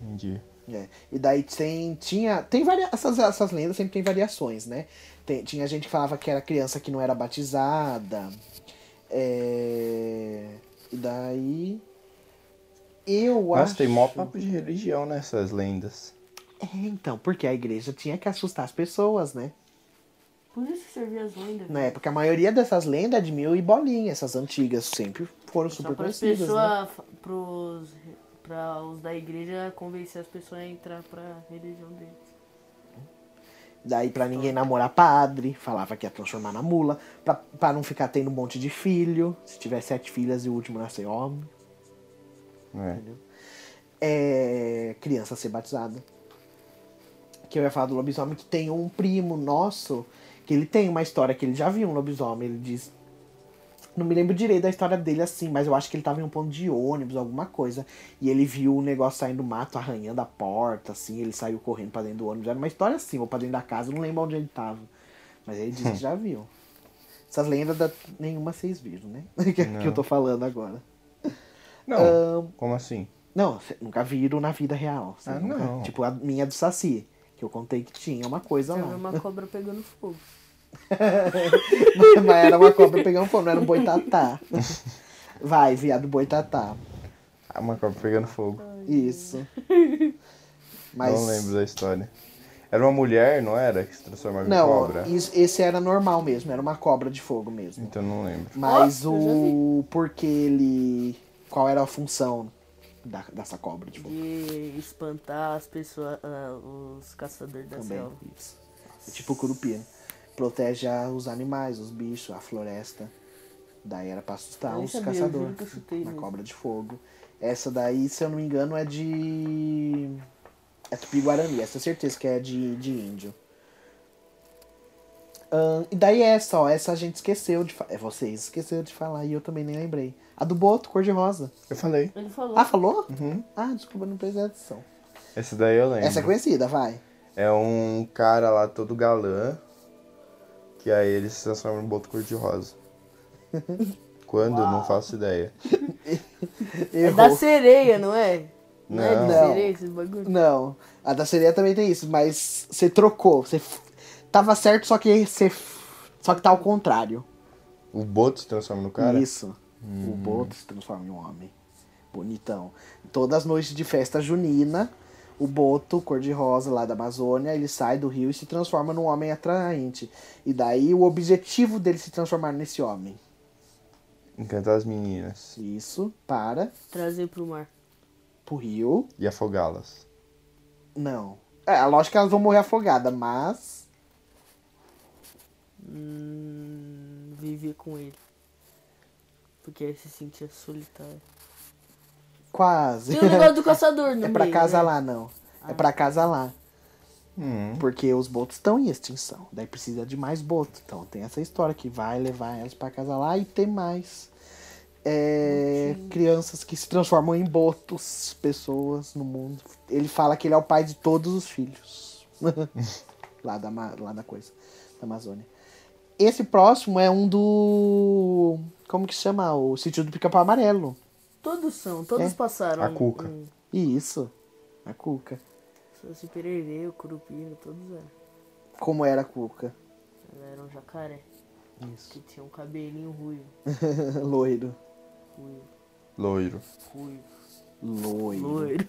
S1: Entendi.
S2: É. E daí tem, tinha. Tem varia essas, essas lendas sempre tem variações, né? Tem- tinha gente que falava que era criança que não era batizada. É, E daí. Eu
S1: Nossa,
S2: acho.
S1: tem mó papo de religião nessas lendas.
S2: É, então, porque a igreja tinha que assustar as pessoas, né?
S3: Por isso que servia as lendas.
S2: né? Porque a maioria dessas lendas é de mil e bolinha, essas antigas sempre foram
S3: Só
S2: super
S3: para
S2: conhecidas. né?
S3: pessoas, pros,
S4: pra os da igreja convencer as pessoas a entrar pra religião deles.
S2: Daí pra ninguém namorar padre, falava que ia transformar na mula, pra, pra não ficar tendo um monte de filho, se tiver sete filhas e o último nascer homem,
S1: né?
S2: entendeu? É, criança ser batizada. Que eu ia falar do lobisomem, que tem um primo nosso, que ele tem uma história que ele já viu um lobisomem, ele diz. Não me lembro direito da história dele assim, mas eu acho que ele tava em um ponto de ônibus, alguma coisa. E ele viu o negócio saindo do mato, arranhando a porta, assim, ele saiu correndo pra dentro do ônibus. Era uma história assim, ou pra dentro da casa, eu não lembro onde ele tava. Mas ele disse que já viu. Essas lendas da... nenhuma vocês viram, né? que, que eu tô falando agora. Ah.
S1: Não, como assim?
S2: Não, cê- nunca viram na vida real. cê
S1: Ah,
S2: nunca-
S1: não.
S2: Tipo, a minha do Saci, que eu contei que tinha uma coisa
S4: Já
S2: lá.
S4: vi uma cobra pegando fogo.
S2: Mas era uma cobra pegando fogo, não era um boitatá. Vai, viado boitatá.
S1: Ah, Uma cobra pegando fogo.
S2: Isso. Ah, Mas.
S1: Não lembro da história. Era uma mulher, não era? Que se transformava
S2: Não,
S1: em cobra?
S2: isso- esse era normal mesmo, era uma cobra de fogo mesmo.
S1: Então não lembro.
S2: Mas
S3: Nossa, eu já
S2: o. Porque ele. Qual era a função da, dessa cobra de fogo?
S4: De espantar as pessoas, ah, os caçadores da
S2: Também.
S4: selva.
S2: Isso. É tipo o curupira. Protege a- os animais, os bichos, a floresta. Daí era pra assustar
S4: Eu nem
S2: os
S4: sabia, eu
S2: caçadores.
S4: juro que eu chutei
S2: Uma
S4: mesmo.
S2: cobra de fogo. Essa daí, se eu não me engano, é de. É tupi-guarani. Essa é certeza que é de, de índio. Ahn, e daí essa, ó. Essa a gente esqueceu de falar. É, vocês esqueceram de falar e eu também nem lembrei. A do Boto, cor-de-rosa.
S1: Eu falei.
S4: Ele falou.
S2: Ah, falou?
S1: Uhum.
S2: Ah, desculpa, não prestei atenção.
S1: Essa daí eu lembro.
S2: Essa é conhecida, vai.
S1: É um cara lá todo galã. Que aí ele se transforma em boto cor-de-rosa. Quando? Não faço ideia.
S4: é
S2: Errou.
S4: da sereia, não é? Não, é de
S1: Não.
S4: sereia esse bagulho?
S2: Não, a da sereia também tem isso, mas você trocou. Você f- tava certo, só que você. f- Só que tá ao contrário.
S1: O boto se transforma no cara?
S2: Isso. O Boto se transforma em um homem. Bonitão. Todas as noites de festa junina, o Boto, cor-de-rosa lá da Amazônia, ele sai do rio e se transforma num homem atraente. E daí o objetivo dele se transformar nesse homem.
S1: Encantar as meninas.
S2: Isso, para
S4: Trazer pro mar.
S2: pro rio.
S1: E afogá-las.
S2: Não. É, a lógica é que elas vão morrer afogadas, mas.
S4: Hum, viver com ele. Porque ele se sentia solitário.
S2: Quase.
S4: Tem o negócio do caçador no
S2: É pra
S4: meio,
S2: casa
S4: né?
S2: lá, não. É pra casa lá.
S1: Hum.
S2: Porque os botos estão em extinção. Daí precisa de mais botos. Então tem essa história que vai levar elas pra casa lá e tem mais. É, crianças que se transformam em botos, pessoas no mundo. Ele fala que ele é o pai de todos os filhos. lá, da, ma- lá da coisa, da Amazônia. Esse próximo é um do. Como que chama? O sítio do pica-pau amarelo.
S4: Todos são, todos
S2: É.
S4: passaram.
S1: A Cuca.
S4: Um,
S2: Isso. A Cuca.
S4: Saci Pererê, o Curupira, todos eram.
S3: é.
S2: Como era a Cuca?
S4: Ela era um jacaré,
S2: Isso.
S4: que tinha um cabelinho ruivo.
S2: Loiro.
S4: Ruivo,
S1: Loiro.
S4: ruivo,
S2: Loiro.
S4: loiro.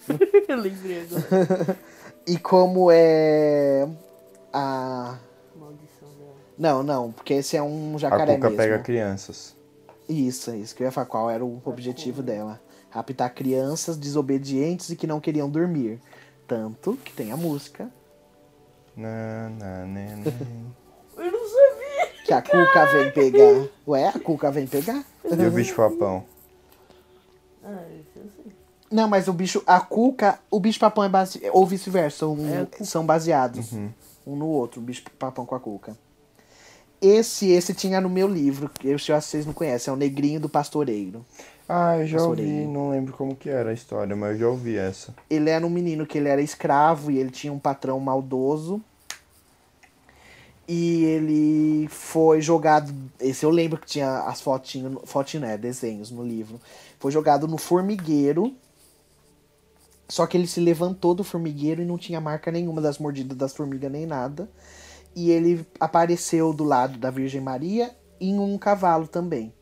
S4: Eu lembrei agora.
S2: E como é. A.
S4: Maldição dela.
S2: Não, não, porque esse é um
S1: A
S2: jacaré
S1: cuca
S2: mesmo.
S1: pega crianças.
S2: Isso, é isso que eu ia falar. Qual era o objetivo dela? Raptar crianças desobedientes e que não queriam dormir. Tanto que tem a música.
S1: Na, na, né, né.
S4: Eu não sabia!
S2: Que a Cuca vem pegar. Ué, a Cuca vem pegar?
S1: E o bicho papão?
S4: Ah, isso eu sei.
S2: Não, mas o bicho. A Cuca. O bicho papão é base. Ou vice-versa. um- são baseados. Um no outro. O bicho papão com a Cuca. Esse, esse tinha no meu livro. que Eu acho que vocês não conhecem. É o Negrinho do Pastoreiro.
S1: Ah, eu já ouvi,
S2: Pastoreio.
S1: não lembro como que era a história, mas eu já ouvi essa.
S2: ele era um menino que ele era escravo e ele tinha um patrão maldoso. E ele foi jogado. Esse eu lembro que tinha as fotinhas. Fotinho, né? Desenhos no livro. Foi jogado no formigueiro. Só que ele se levantou do formigueiro e não tinha marca nenhuma das mordidas das formigas nem nada. E ele apareceu do lado da Virgem Maria em um cavalo também.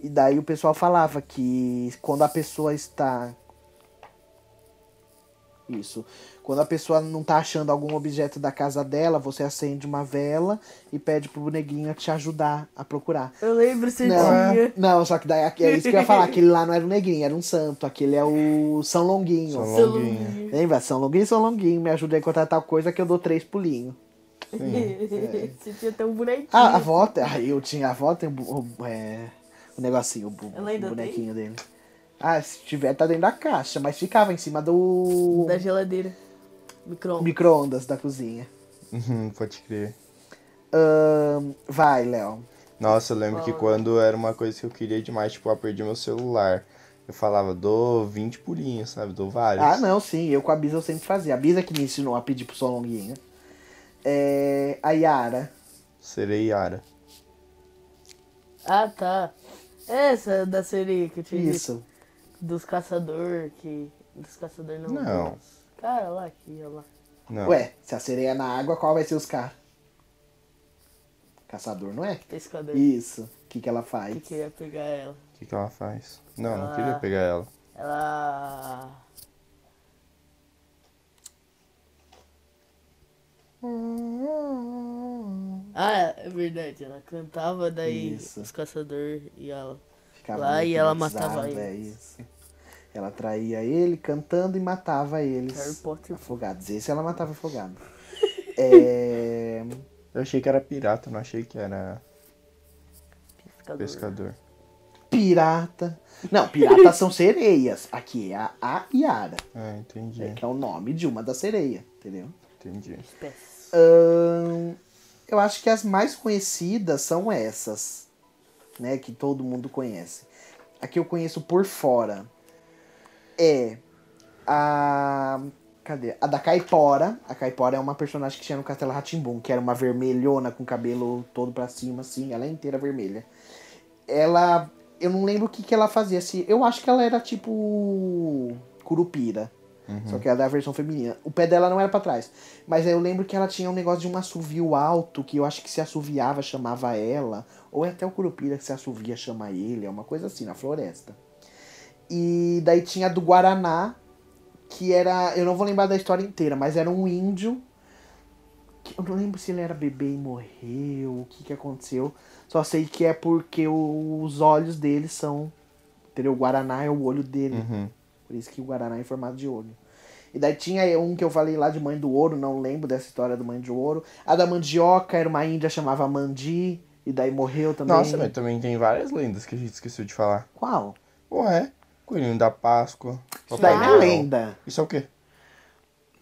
S2: E daí o pessoal falava que quando a pessoa está Isso. Quando a pessoa não tá achando algum objeto da casa dela, você acende uma vela e pede pro boneguinho te ajudar a procurar.
S3: Eu lembro esse
S2: Não,
S3: dia.
S2: não, só que daí aqui- é isso que eu ia falar. Aquele lá não era um neguinho, era um santo. Aquele é o São Longuinho.
S1: São
S3: Seu
S1: Longuinho.
S3: Luiz.
S2: Lembra? São Longuinho, São Longuinho. Me ajuda a encontrar tal coisa que eu dou três pulinhos.
S3: Você tinha até um bonequinho.
S2: É Ah, a avó, te- ah, eu tinha a avó, tem o, bu- o, é, o negocinho, o, bu- o
S3: Ela ainda
S2: bonequinho dele. Ah, se tiver, tá dentro da caixa, mas ficava em cima do
S3: Da geladeira. Micro.
S2: micro-ondas da cozinha.
S1: Uhum, Pode crer.
S2: Ahn, vai, Léo.
S1: Nossa, eu lembro que quando era uma coisa que eu queria demais, tipo, eu perdi meu celular. Eu falava, dou 20 pulinhos, sabe? Dou vários.
S2: Ah, não, sim, eu com a Bisa eu sempre fazia. A Bisa que me ensinou a pedir pro Solonguinho. É, a Yara.
S1: Serei Yara.
S3: Ah, tá. Essa da sereia que eu tinha dito.
S2: Isso.
S3: Dos caçador que. Dos caçador não.
S1: Não.
S3: dos Cara lá que ia lá.
S1: Não.
S2: Ué, se a sereia é na água, qual vai ser os caras? Caçador, não é?
S3: Pescador.
S2: Isso. O que, que ela faz?
S3: Que é? queria pegar ela.
S1: O que, que ela faz? Não, não
S3: Ah.
S1: queria pegar ela.
S3: Ela. Ah, é verdade. Ela cantava, daí
S2: Isso.
S3: os caçador e ela.
S2: Ficava
S3: Lá e ela matava
S2: hipnotizada,
S3: ele.
S2: é isso. Ela traía ele cantando e matava eles.
S3: Harry Potter.
S2: Afogados. Esse ela matava afogado. É,
S1: Eu achei que era pirata, não achei que era
S3: Pescador.
S1: pescador.
S2: Pirata. Não, piratas são sereias. Aqui é a, a Yara,
S1: Ah, entendi,
S2: né, que é o nome de uma da sereia, entendeu?
S1: entendi.
S3: Espécie.
S2: Ahn, eu acho que as mais conhecidas são essas, né? Que todo mundo conhece. A que eu conheço por fora é a. Cadê? A da Caipora. A Caipora é uma personagem que tinha no Castelo Ratimbum, que era uma vermelhona com o cabelo todo pra cima, assim. Ela é inteira vermelha. Ela. Eu não lembro o que, que ela fazia. Se, eu acho que ela era tipo. Curupira. Só que ela é a versão feminina. O pé dela não era pra trás. Mas aí eu lembro que ela tinha um negócio de um assovio alto, que eu acho que se assoviava, chamava ela. Ou é até o Curupira que se assovia, chama ele. É uma coisa assim, na floresta. E daí tinha a do Guaraná, que era. Eu não vou lembrar da história inteira, mas era um índio. que eu não lembro se ele era bebê e morreu, o que, que aconteceu. Só sei que é porque o- os olhos dele são. Entendeu? O Guaraná é o olho dele.
S1: Uhum.
S2: Por isso que o Guaraná é em formato de olho. E daí tinha um que eu falei lá de Mãe do Ouro, não lembro dessa história do Mãe do Ouro. A da mandioca era uma índia, chamava Mandi, e daí morreu também.
S1: Nossa, mas também tem várias lendas que a gente esqueceu de falar.
S2: Qual?
S1: Ué, Coelhinho da Páscoa.
S2: Isso
S1: Papai
S2: daí não é
S1: Noel.
S2: lenda.
S1: Isso é o quê?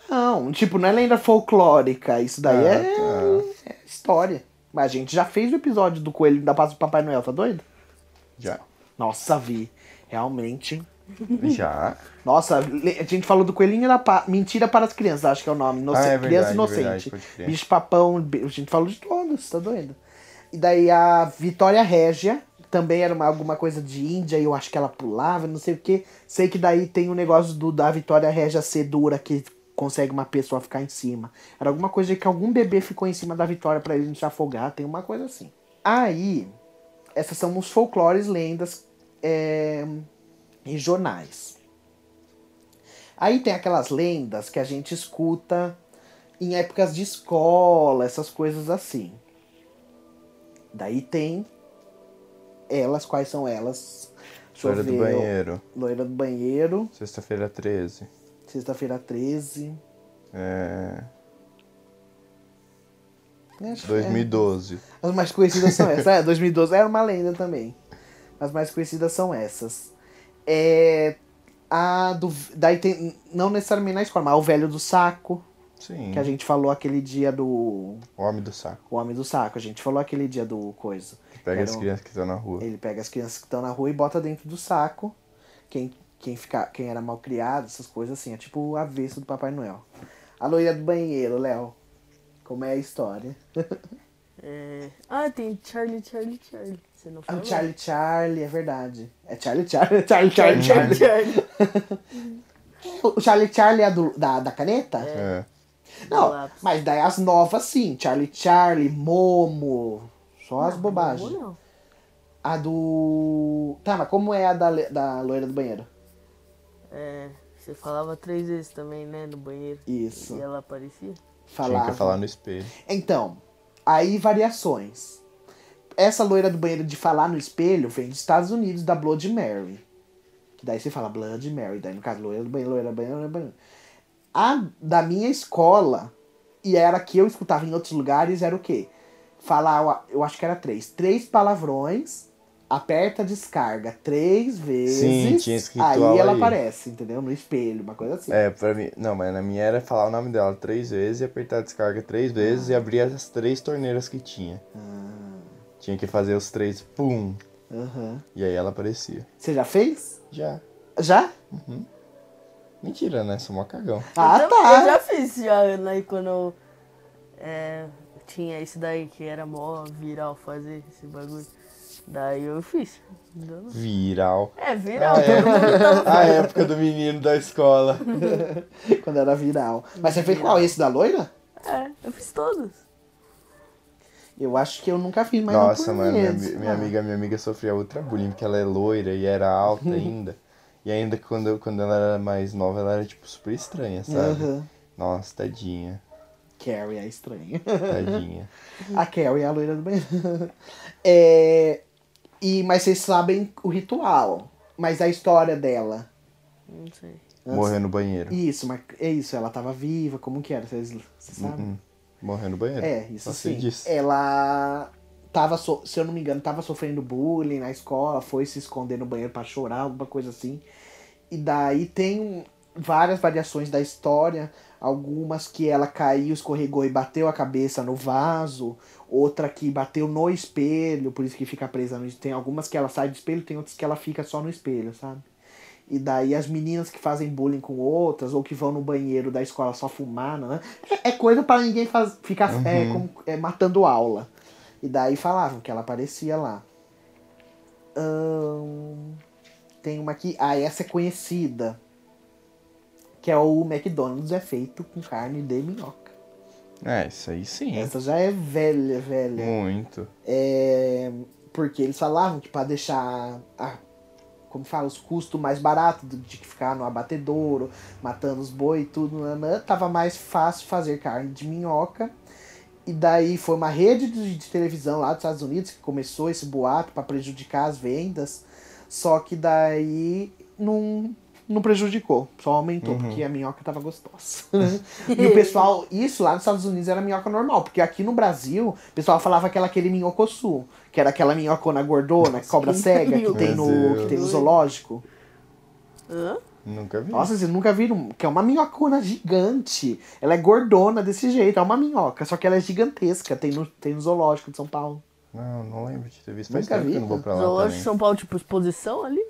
S2: Não, tipo, não é lenda folclórica. Isso daí
S1: Ah,
S2: é... é história. Mas a gente já fez o episódio do coelho da paz do Papai Noel, tá doido?
S1: Já.
S2: Nossa, vi. Realmente.
S1: Já?
S2: Nossa, le- a gente falou do coelhinho da paz. Mentira para as crianças, acho que é o nome. Inoce-
S1: Ah, é
S2: criança
S1: verdade,
S2: inocente.
S1: verdade, pode crer.
S2: bicho papão, bi- a gente falou de todas, tá doido? E daí a Vitória Régia, também era uma, alguma coisa de Índia, e eu acho que ela pulava, não sei o que. Sei que daí tem o negócio do, da Vitória Régia ser dura, que consegue uma pessoa ficar em cima. Era alguma coisa que algum bebê ficou em cima da Vitória pra ele não se afogar, tem uma coisa assim. Aí, essas são os folclores, lendas é, regionais. Aí tem aquelas lendas que a gente escuta em épocas de escola, essas coisas assim. Daí tem elas, quais são elas?
S1: História do
S2: Choveu,
S1: banheiro.
S2: Loira do banheiro,
S1: Sexta-feira 13.
S2: sexta-feira 13.
S1: É...
S2: né, acho que é.
S1: 2012.
S2: As mais conhecidas são essas. É, 2012 era uma lenda também. As mais conhecidas são essas. É. A do. Daí tem. Não necessariamente na escola, mas o velho do saco.
S1: Sim.
S3: Uhum.
S2: Que a gente falou aquele dia do.
S1: O Homem do saco.
S2: O homem do saco. A gente falou aquele dia do coisa.
S1: Pega
S2: Era
S1: as
S2: um-
S1: crianças que estão na rua.
S2: Ele pega as crianças que estão na rua e bota dentro do saco. Quem, quem, fica, quem era mal criado, essas coisas assim. É tipo o avesso do Papai Noel. A loira do banheiro, Léo. Como é a história?
S3: É... Ah, tem Charlie, Charlie, Charlie. Você não
S2: Ah,
S3: falou?
S2: o Charlie Charlie, é verdade. É Charlie Charlie, Charlie Charlie.
S3: Charlie, Charlie,
S2: Charlie.
S3: Charlie.
S2: O Charlie Charlie é a do- da, da caneta?
S1: É.
S2: Não,
S3: Do lápis.
S2: mas daí as novas sim. Charlie Charlie, Momo. Só as bobagens.
S3: Não, não.
S2: A do. Tá, mas como é a da, le- da loira do banheiro?
S3: É... Você falava três vezes também, né? No banheiro.
S2: Isso.
S3: E ela aparecia?
S1: Tinha
S2: Falava.
S1: que falar no espelho.
S2: Então, aí variações. Essa loira do banheiro de falar no espelho vem dos Estados Unidos, da Blood Mary. Que daí você fala Blood Mary, daí no caso loira do banheiro, loira do banheiro, loira do banheiro. A da minha escola, e era que eu escutava em outros lugares, era o quê? Falar, eu a- eu acho que era três. Três palavrões, aperta a descarga três vezes.
S1: tinha escrito
S2: Aí
S1: algo
S2: ela
S1: aí.
S2: aparece, entendeu? No espelho, uma coisa assim.
S1: É, pra mim. Não, mas na minha era é falar o nome dela três vezes e apertar a descarga
S2: Ah.
S1: três vezes e abrir as três torneiras que tinha.
S2: Ah.
S1: Tinha que fazer os três, pum.
S2: Aham.
S1: E aí ela aparecia.
S2: Você já fez?
S1: Já.
S2: Já?
S1: Mentira, né? Sou mó cagão.
S2: Ah,
S3: eu já,
S2: tá.
S3: Eu já fiz já, né, quando eu é, tinha isso daí que era mó viral fazer esse bagulho. Daí eu fiz. Então,
S1: Viral.
S3: É
S1: A
S3: viral.
S2: Ah,
S1: época, a época do menino da escola.
S2: Quando era viral. Mas você fez qual? Esse da loira?
S3: É, eu fiz todos.
S2: Eu acho que eu nunca fiz, mas
S1: Nossa,
S2: não por tá.
S1: mano, minha,
S2: medo,
S1: ami- minha
S2: não.
S1: amiga, minha amiga sofria outra bullying, porque ela é loira e era
S2: Uhum.
S1: alta ainda. E ainda quando, quando ela era mais nova, ela era tipo super estranha, sabe?
S2: Aham.
S1: Nossa, tadinha,
S2: Carrie é estranha.
S1: tadinha.
S2: a Carrie é a loira do banheiro. É, e, mas vocês sabem o ritual. Mas a história dela.
S3: Não sei.
S2: Antes-
S1: Morreu no banheiro.
S2: Isso, mas é isso. Ela tava viva. Como que era? Vocês vocês sabem?
S1: Uhum. Morreu no banheiro.
S2: É, isso
S1: Só sei
S2: sim.
S1: disso.
S2: Ela tava, so- se eu não me engano, tava sofrendo bullying na escola, foi se esconder no banheiro pra chorar, alguma coisa assim. E daí tem um- várias variações da história, algumas que ela caiu, escorregou e bateu a cabeça no vaso, outra que bateu no espelho, por isso que fica presa no espelho. Tem algumas que ela sai do espelho, tem outras que ela fica só no espelho, sabe? E daí as meninas que fazem bullying com outras, ou que vão no banheiro da escola só fumar, né? É, é coisa pra ninguém faz, ficar é, como- é, matando aula. E daí falavam que ela aparecia lá. Ahn, tem uma aqui. Ah, essa é conhecida. Que é o McDonald's é feito com carne de minhoca.
S1: É, isso aí sim.
S2: Essa já é velha, velha.
S1: Muito.
S2: É, porque eles falavam que para deixar a- como fala, os custos mais baratos do- de ficar no abatedouro, matando os boi e tudo, nanã, tava mais fácil fazer carne de minhoca. E daí foi uma rede de, de televisão lá dos Estados Unidos que começou esse boato para prejudicar as vendas. Só que daí não, não prejudicou, só aumentou, porque a minhoca tava gostosa. né? e o pessoal, isso lá nos Estados Unidos era minhoca normal, porque aqui no Brasil, o pessoal falava que era aquele minhocossu, que era aquela minhocona gordona, cobra cega, que tem, no, que tem no zoológico.
S3: Hã?
S1: Nunca vi.
S2: Nossa, vocês nunca viram, que é uma minhocona gigante. Ela é gordona desse jeito, é uma minhoca, só que ela é gigantesca, tem no, tem no zoológico de São Paulo.
S1: Não, não lembro de ter visto. Faz
S2: Nunca
S1: tempo
S2: vi,
S1: que eu não vou pra lá
S3: Zoológico de
S1: também.
S3: São Paulo, tipo, exposição ali?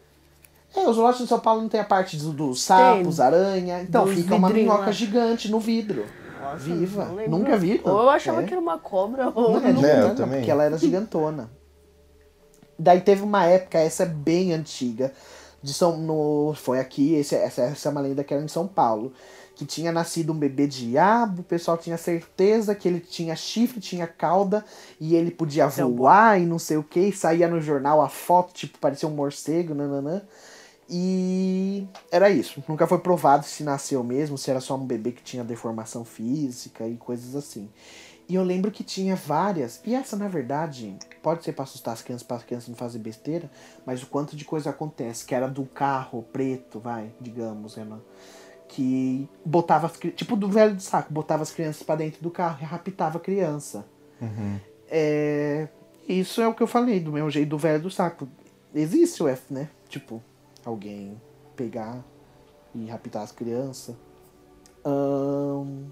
S2: É, o zoológico de São Paulo não tem a parte do- dos sapos, aranha, então
S3: Dos
S2: fica uma
S3: vidrinhos
S2: minhoca
S3: lá.
S2: gigante no vidro.
S3: Nossa,
S2: Viva.
S3: não lembro.
S2: Nunca vi.
S3: Ou eu achava
S2: É.
S3: que era uma cobra, ou... um
S2: Não, é
S1: É, eu
S2: gigantona,
S1: também.
S2: porque ela era gigantona. Daí teve uma época, essa é bem antiga, de São, no, foi aqui, esse- essa, essa é uma lenda que era em São Paulo, que tinha nascido um bebê diabo, o pessoal tinha certeza que ele tinha chifre, tinha cauda, e ele podia
S3: Então,
S2: voar e não sei o que, e saía no jornal a foto, tipo, parecia um morcego, nananã. E era isso. Nunca foi provado se nasceu mesmo, se era só um bebê que tinha deformação física e coisas assim. E eu lembro que tinha várias. E essa, na verdade, pode ser pra assustar as crianças, para as crianças não fazerem besteira, mas o quanto de coisa acontece, que era do carro preto, vai, digamos, Renan. Que botava as crianças. Tipo do velho do saco, botava as crianças pra dentro do carro e raptava a criança. É, isso é o que eu falei, do meu jeito do velho do saco. Existe o F, né? Tipo, alguém pegar e raptar as crianças. Ahn,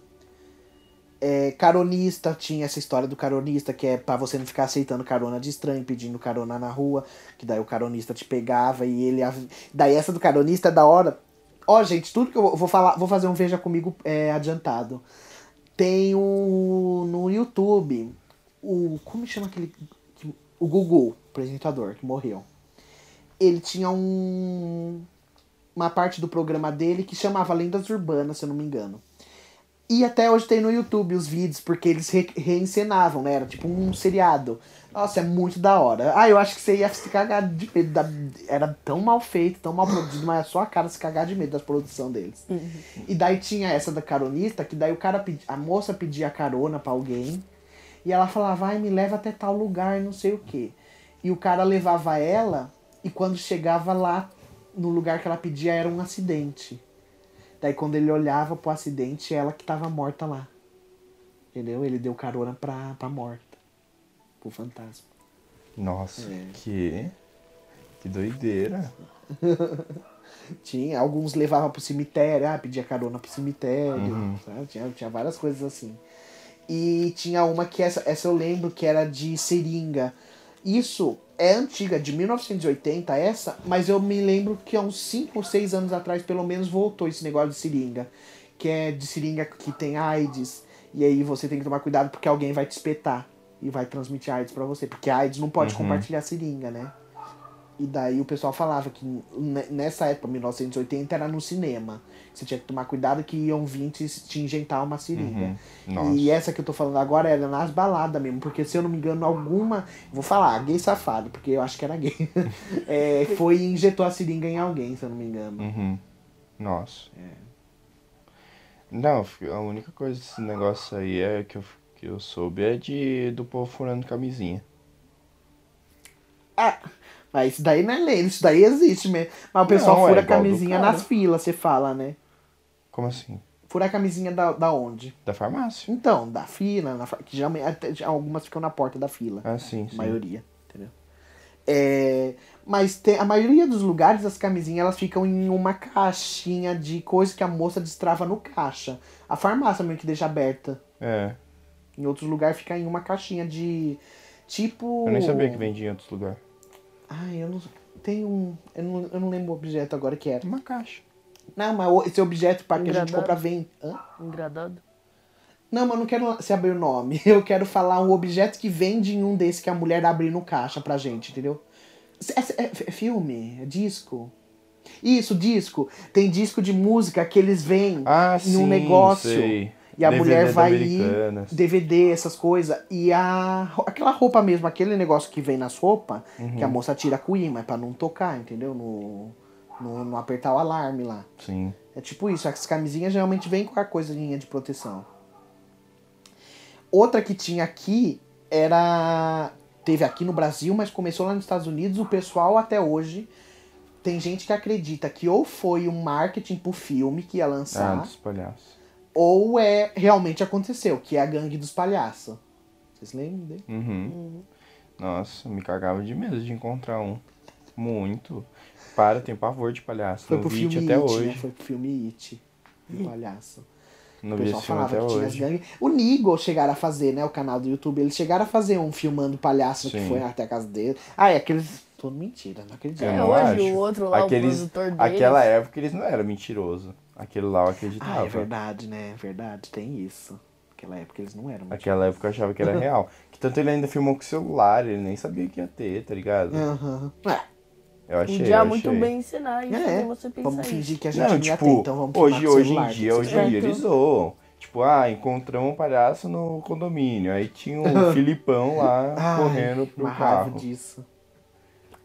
S2: é, caronista, tinha essa história do caronista, que é pra você não ficar aceitando carona de estranho, pedindo carona na rua, que daí o caronista te pegava e ele. av- Daí essa do caronista é da hora. Ó, gente, tudo que eu vou- vou falar, vou fazer um Veja Comigo é, adiantado. Tem o, no YouTube, o. Como chama aquele. que- O Gugu, apresentador, que morreu. Ele tinha um. Uma parte do programa dele que chamava Lendas Urbanas, se eu não me engano E até hoje tem no YouTube os vídeos, porque eles re reencenavam, né? Era tipo um seriado. Nossa, é muito da hora. Ah, eu acho que você ia se cagar de medo. Da... Era tão mal feito, tão mal produzido, mas a sua cara se cagar de medo da produção deles. E daí tinha essa da caronista, que daí o cara pedi... a moça pedia carona pra alguém. E ela falava, ai, me leva até tal lugar, não sei o quê. E o cara levava ela, e quando chegava lá, no lugar que ela pedia, era um acidente. Daí quando ele olhava pro acidente, ela que tava morta lá. Entendeu? Ele deu carona pra, pra morta. Pro fantasma.
S1: Nossa, que. Que doideira.
S2: Tinha, alguns levavam pro cemitério, ah, pedia carona pro cemitério. sabe? Tinha, tinha várias coisas assim. E tinha uma que essa, essa eu lembro que era de seringa. Isso é antiga, de 1980 essa, mas eu me lembro que há uns 5 ou 6 anos atrás, pelo menos, voltou esse negócio de seringa. Que é de seringa que tem AIDS. E aí você tem que tomar cuidado porque alguém vai te espetar e vai transmitir AIDS pra você. Porque a AIDS não pode compartilhar seringa, né? E daí o pessoal falava que ne- nessa época, 1980, era no cinema. Você tinha que tomar cuidado que iam vir te, te injetar uma seringa.
S1: Uhum. Nossa.
S2: E essa que eu tô falando agora era nas baladas mesmo, porque se eu não me engano, alguma. Vou falar, gay safado, porque eu acho que era gay. É, foi e injetou a seringa em alguém, se eu não me engano.
S1: Uhum. Nossa. É. Não, fi- a única coisa desse negócio aí é que eu, que eu soube é de do povo furando camisinha. Uhum.
S2: Ah, mas isso daí não é lei, isso daí existe mesmo. Mas o pessoal
S1: Não, é
S2: fura a
S1: igual do
S2: camisinha
S1: cara.
S2: nas filas, você fala, né?
S1: Como assim?
S2: Fura a camisinha da, da onde?
S1: Da farmácia.
S2: Então, da fila, na, fa- que geralmente até- já algumas ficam na porta da fila.
S1: Ah, sim,
S2: A
S1: sim.
S2: maioria, entendeu? É, mas tem, a maioria dos lugares, as camisinhas, elas ficam em uma caixinha de coisa que a moça destrava no caixa. A farmácia meio que deixa aberta.
S1: É.
S2: Em outros lugares fica em uma caixinha de. Tipo.
S1: Eu nem sabia que vendia em outros lugares.
S2: Ai, eu não. Tem um. Eu não, eu não lembro o objeto agora que era.
S1: Uma caixa.
S2: Não, mas o- esse objeto para que a gente
S3: Engradado.
S2: compra vem. Hã?
S3: Engradado.
S2: Não, mas eu não quero saber o nome. Eu quero falar um objeto que vende em um desse que a mulher abre no caixa pra gente, entendeu? É, é- é fi- filme? É disco? Isso, disco. Tem disco de música que eles vêm
S1: Ah,
S2: em
S1: sim.
S2: um negócio.
S1: sei.
S2: E a
S1: DVD
S2: mulher
S1: da
S2: vai
S1: Americanas.
S2: ir, DVD, essas coisas. E a, ro- aquela roupa mesmo, aquele negócio que vem nas roupas, que
S1: Uhum.
S2: a moça tira com imã, é pra não tocar, entendeu? No, no, não apertar o alarme lá.
S1: Sim.
S2: É tipo isso, as camisinhas geralmente vêm com a coisinha de proteção. Outra que tinha aqui era. Teve aqui no Brasil, mas começou lá nos Estados Unidos. O pessoal até hoje tem gente que acredita que ou foi um marketing pro filme que ia
S1: Ah,
S2: lançar,
S1: dos palhaços.
S2: ou é realmente aconteceu, que é a gangue dos palhaços. Vocês lembram dele?
S1: Uhum. Nossa, me cagava de medo de encontrar um. Muito. Para, tem pavor de palhaço.
S2: Foi
S1: não
S2: pro
S1: vi
S2: filme
S1: it
S2: It,
S1: um até
S2: né?
S1: hoje.
S2: Foi pro filme It, do palhaço.
S1: Não
S2: O
S1: vi
S2: pessoal
S1: esse filme
S2: falava
S1: até
S2: que tinha as
S1: hoje.
S2: gangues. O Nigo chegaram a fazer, né? O canal do YouTube. Eles chegaram a fazer um filmando palhaço que
S1: Sim.
S2: foi até a casa dele. Ah, é aqueles. Tô mentira, não acredito.
S1: Eu
S3: É,
S1: não
S3: hoje
S1: acho.
S3: o outro lá, o produtor deles-
S1: Aquela época eles não eram mentiroso. Aquele lá eu acreditava.
S2: Ah, é verdade, né? É verdade, tem isso. Naquela época eles não eram.
S1: Aquela época eu achava que era real. Que tanto ele ainda filmou com o celular, ele nem sabia que ia ter, tá ligado?
S2: Aham. É,
S1: Eu achei.
S3: Podia
S1: eu
S3: muito
S1: achei.
S3: bem ensinar isso
S2: É,
S3: se você pensar
S2: vamos
S3: isso.
S2: fingir que a gente
S1: Não,
S2: não ia
S1: tipo,
S2: ter, então vamos filmar
S1: hoje,
S2: com o
S1: hoje em
S2: celular,
S1: dia,
S2: tá
S1: hoje
S2: tudo
S1: em
S2: bem.
S1: dia eles zoam. Tipo, ah, encontramos um palhaço no condomínio. Aí tinha um Filipão lá
S2: Ai,
S1: correndo pro
S2: uma
S1: carro.
S2: raiva disso.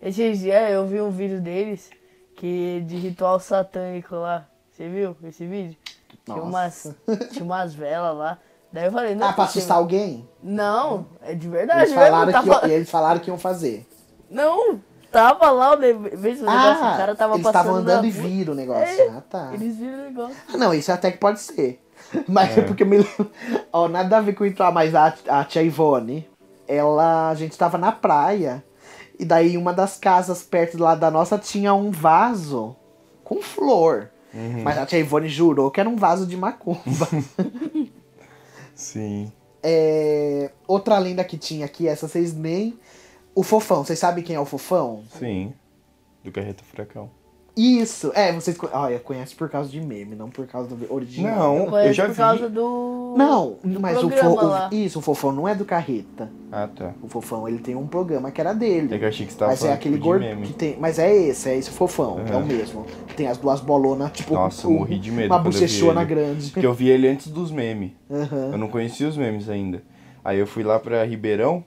S3: Esses dias eu vi um vídeo deles que de ritual satânico lá. Você viu esse vídeo? Tinha umas,
S2: Nossa.
S3: tinha umas velas lá. Daí eu falei, não.
S2: Ah,
S3: é
S2: pra
S3: possível.
S2: assustar alguém?
S3: Não, é de verdade,
S2: Eles
S3: mesmo,
S2: falaram,
S3: tava-
S2: que, eles falaram que iam fazer.
S3: Não, tava lá o negócio. veja o negócio,
S2: Ah,
S3: assim, o cara tava
S2: eles
S3: passando.
S2: estavam andando
S3: na
S2: e
S3: rua,
S2: viram o negócio.
S3: É,
S2: Ah, tá.
S3: Eles viram o negócio.
S2: Ah, Não, isso até que pode ser. Mas é porque eu me lembro. Ó, nada a ver com entrar, mas a, a tia Ivone, ela. A gente tava na praia. E daí uma das casas perto lá da nossa tinha um vaso com flor. Mas a tia Ivone jurou que era um vaso de macumba.
S1: Sim.
S2: É, outra lenda que tinha aqui, essa vocês nem. O fofão, vocês sabem quem é o fofão?
S1: Sim. Do Carreta Furacão.
S2: Isso, é, vocês co- olha, conhecem por causa de meme, não por causa do original.
S1: Não,
S3: Foi
S1: eu já
S3: por
S1: vi.
S3: causa do.
S2: Não, mas o,
S3: um programa
S2: fo- o-
S3: lá.
S2: isso, o fofão não é do Carreta.
S1: Ah, tá.
S2: O fofão, ele tem um programa que era dele.
S1: É que eu achei que você tava
S2: Mas é
S1: falando
S2: aquele
S1: tipo,
S2: gordo
S1: de meme.
S2: que tem. Mas é esse, é esse o fofão, é o
S1: Aham.
S2: mesmo. Que tem as duas bolonas, tipo,
S1: Nossa, eu
S2: um-
S1: morri de medo
S2: uma
S1: quando eu vi
S2: bochechona
S1: ele.
S2: grande.
S1: Porque eu vi ele antes dos memes.
S2: Aham.
S1: Eu não conhecia os memes ainda. Aí eu fui lá pra Ribeirão,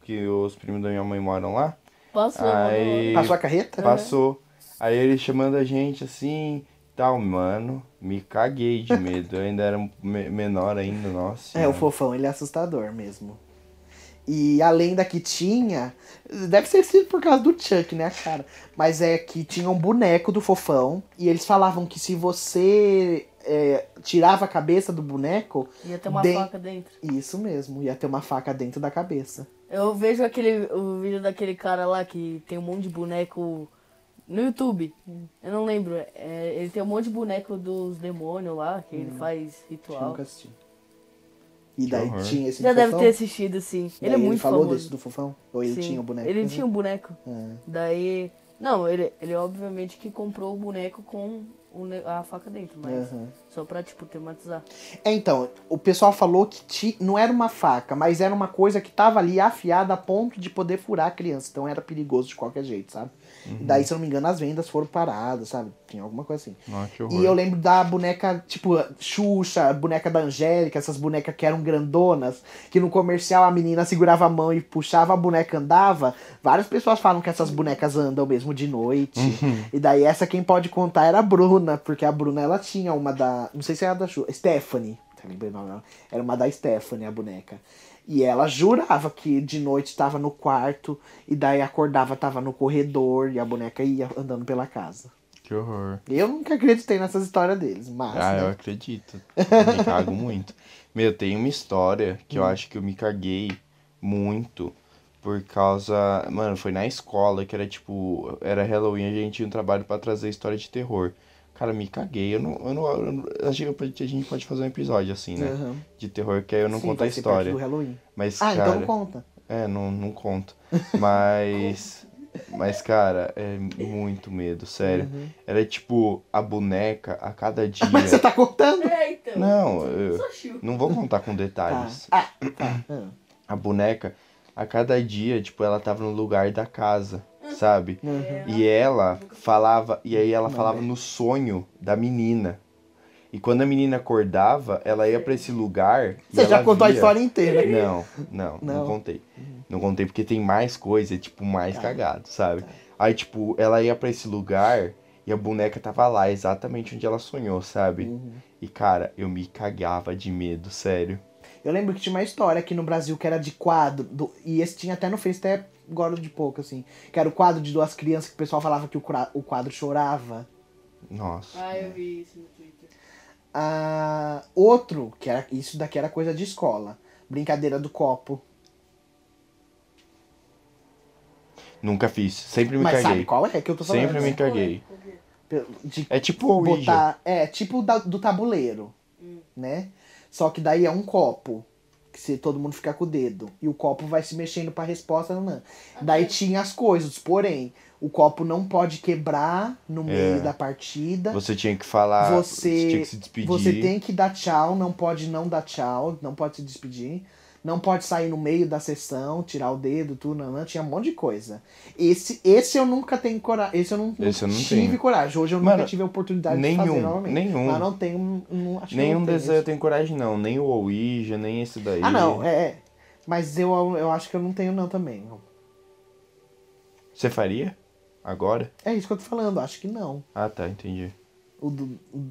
S1: que os primos da minha mãe moram lá.
S3: Passou,
S1: Aí-
S2: Passou a carreta? né?
S1: Passou. Aí ele chamando a gente assim, tal, mano. Me caguei de medo. Eu ainda era me- menor ainda, nossa.
S2: É, o
S1: senhora.
S2: fofão, ele é assustador mesmo. E além da que tinha, deve ser sido por causa do Chuck, né, cara? Mas é que tinha um boneco do fofão e eles falavam que se você é, tirava a cabeça do boneco,
S3: Ia ter uma
S2: Bem-
S3: faca dentro.
S2: isso mesmo, ia ter uma faca dentro da cabeça.
S3: Eu vejo aquele o vídeo daquele cara lá que tem um monte de boneco no YouTube.
S2: Hum.
S3: Eu não lembro. É, ele tem um monte de boneco dos demônios lá, que
S2: Hum.
S3: ele faz
S2: Eu
S3: ritual.
S2: nunca assisti. um E daí
S1: horror.
S2: tinha esse
S3: Já
S2: do
S3: deve
S2: fofão.
S3: ter assistido, sim.
S2: E
S3: Ele é
S2: aí
S3: muito
S2: ele falou
S3: famoso.
S2: desse do fofão? Ou ele
S3: Sim,
S2: tinha o boneco? né?
S3: Ele tinha um boneco.
S2: É.
S3: Daí. Não, ele, ele obviamente que comprou o boneco com o ne- a faca dentro, mas
S2: Aham.
S3: só pra, tipo, tematizar.
S2: É, então, o pessoal falou que ti- não era uma faca, mas era uma coisa que tava ali afiada a ponto de poder furar a criança. Então era perigoso de qualquer jeito, sabe? E daí, se eu não me engano, as vendas foram paradas, sabe? Tinha alguma coisa assim.
S1: Nossa, que horror.
S2: E eu lembro da boneca, tipo, Xuxa, boneca da Angélica, essas bonecas que eram grandonas, que no comercial a menina segurava a mão e puxava a boneca andava. Várias pessoas falam que essas bonecas andam mesmo de noite. E daí essa quem pode contar era a Bruna, porque a Bruna ela tinha uma da. Não sei se era da Xuxa. Stephanie. Tá lembrando o nome dela? Era uma da Stephanie, a boneca. E ela jurava que de noite tava no quarto, e daí acordava, tava no corredor, e a boneca ia andando pela casa.
S1: Que horror.
S2: Eu nunca acreditei nessas histórias deles, mas.
S1: Ah,
S2: né?
S1: eu acredito. Eu me cago muito. Meu, tem uma história que
S2: Hum.
S1: eu acho que eu me caguei muito por causa. Mano, foi na escola que era tipo. Era Halloween, a gente tinha um trabalho pra trazer história de terror. Cara, me caguei. Eu não. Eu não, eu não- acho que a gente pode fazer um episódio assim, né?
S2: Aham.
S1: De terror, que aí eu não
S2: Sim,
S1: conto a
S2: vai ser parte
S1: história.
S2: Do Halloween.
S1: Mas,
S2: Ah,
S1: cara.
S2: então conta.
S1: É, não, não conto. Mas. Mas, cara, é muito medo, sério. Era tipo a boneca a cada dia.
S2: Uhum. Mas você tá contando?
S3: É, então.
S1: Não, eu
S3: Só chill.
S1: não vou contar com
S2: Tá.
S1: detalhes.
S2: Ah, tá. Ah.
S1: A boneca, a cada dia, tipo, ela tava no lugar da casa, sabe?
S2: Uhum.
S1: E ela falava, e aí ela
S2: Não,
S1: falava
S2: né?
S1: no sonho da menina. E quando a menina acordava, ela ia pra esse lugar. e
S2: Você já
S1: ela
S2: contou a
S1: via. É.
S2: história inteira.
S1: Não, não, não,
S2: né? Não.
S1: contei. Não contei porque tem mais coisa, é, tipo, mais
S2: Tá.
S1: cagado, sabe? Aí, tipo, ela ia pra esse lugar e a boneca tava lá, exatamente onde ela sonhou, sabe?
S2: Uhum.
S1: E, cara, eu me cagava de medo, sério.
S2: Eu lembro que tinha uma história aqui no Brasil que era de quadro. do- E esse tinha até no Face, até agora de pouco, assim. Que era o quadro de duas crianças que o pessoal falava que o, cra- o quadro chorava.
S1: Nossa.
S4: Ah, eu vi isso no Twitter.
S2: Ah, outro, que era. Isso daqui era coisa de escola. Brincadeira do copo.
S1: Nunca fiz. Sempre me
S2: Mas
S1: caguei.
S2: sabe qual é que eu tô falando?
S1: Sempre me caguei.
S2: De
S1: É tipo o Ouija.
S2: botar. É, tipo da- do tabuleiro, né? Só que daí é um copo. Que se todo mundo ficar com o dedo. E o copo vai se mexendo pra resposta. Não, não. Daí tinha as coisas, porém, o copo não pode quebrar no meio da partida.
S1: Você tinha que falar.
S2: Você-
S1: tinha que se despedir.
S2: Você tem que dar tchau, não pode não dar tchau, não pode se despedir. Não pode sair no meio da sessão, tirar o dedo, tudo, não, não, tinha um monte de coisa. Esse, esse eu nunca tenho coragem. Esse eu não,
S1: Esse eu não
S2: tive
S1: tenho.
S2: coragem. Hoje eu
S1: Mano,
S2: nunca tive a oportunidade de fazer
S1: nenhum,
S2: novamente.
S1: nenhum.
S2: Mas não tenho. Não, acho que
S1: Nenhum
S2: não tenho
S1: desses um eu tenho coragem, não. Nem o Ouija, nem esse daí.
S2: esse. Ah, não, é. é. Mas eu, eu acho que eu não tenho, não, também.
S1: Você faria? Agora?
S2: É isso que eu tô falando, acho que não.
S1: Ah, tá, entendi.
S2: O do- o-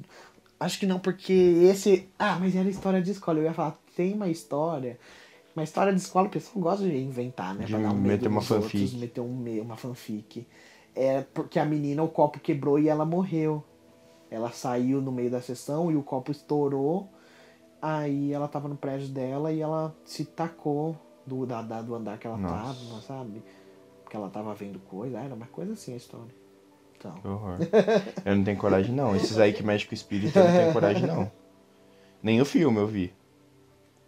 S2: acho que não, porque esse. Ah, mas era história de escola. Eu ia falar, tem uma história. Uma história de escola, o pessoal gosta de inventar, né?
S1: De
S2: dar
S1: meter
S2: medo
S1: uma
S2: nos outros,
S1: fanfic.
S2: meter um me- uma fanfic. É porque a menina, o copo quebrou e ela morreu. Ela saiu no meio da sessão e o copo estourou. Aí ela tava no prédio dela e ela se tacou do, da, da- do andar que ela
S1: Nossa.
S2: tava, sabe? Porque ela tava vendo coisa. Ah, Era uma coisa assim a história. Então.
S1: Que horror. eu não tenho coragem, não. Esses aí que mexem com o espírito, eu não tenho coragem, não. Nem o filme eu vi.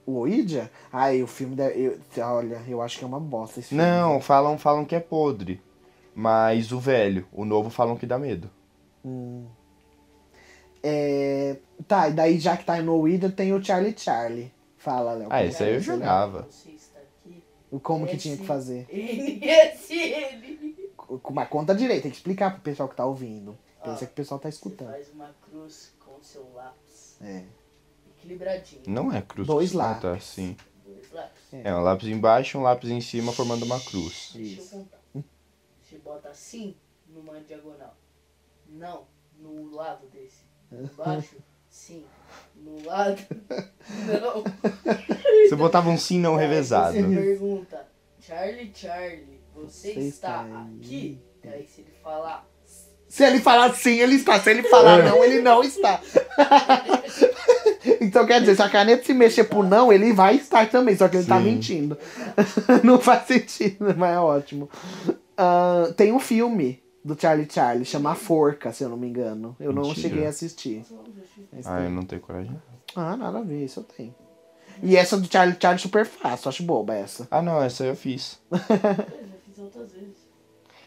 S2: O Ouija? Ai, o filme da. Eu, olha, eu acho que é uma bosta esse filme.
S1: Não, falam, falam que é podre. Mas o velho, o novo, falam que dá medo.
S2: Hum. É, tá, e daí já que tá em No Wither, tem o Charlie Charlie. Fala, Léo.
S1: Ah, esse aí eu jogava.
S4: Você está um aqui.
S2: O Como que tinha que fazer?
S4: NSL.
S2: Com uma conta direita, tem que explicar pro pessoal que tá ouvindo. Pensa
S4: Ah,
S2: que o pessoal tá
S4: Você
S2: escutando.
S4: faz uma cruz com seu lápis.
S2: É.
S4: Equilibradinho.
S1: Não é cruz.
S2: Dois
S1: que se
S2: lápis.
S1: conta assim.
S4: Dois lápis.
S1: É, um lápis embaixo e um lápis em cima formando uma cruz.
S4: Deixa eu contar. Você bota assim numa diagonal. Não, no lado desse. Embaixo, sim. No lado, não.
S1: Você botava um sim não revezado.
S4: Aí Você pergunta, Charlie, Charlie, você,
S2: Você
S4: está,
S2: está aí?
S4: aqui? Daí se ele falar,
S2: Se ele falar sim, ele está. Se ele falar não, ele não está. então quer dizer, se a caneta se mexer pro não, ele vai estar também, só que ele tá
S1: Sim.
S2: mentindo. não faz sentido, mas é ótimo. Ah, tem um filme do Charlie Charlie, chama A Forca, se eu não me engano. Eu não
S1: Mentira.
S2: cheguei a assistir. Mas
S1: Ah,
S2: tem-
S1: eu não tenho coragem.
S2: Ah, nada a ver, isso eu tenho. E essa do Charlie Charlie é super fácil, acho boba essa.
S1: Ah, não, essa eu fiz.
S4: eu já fiz outras vezes.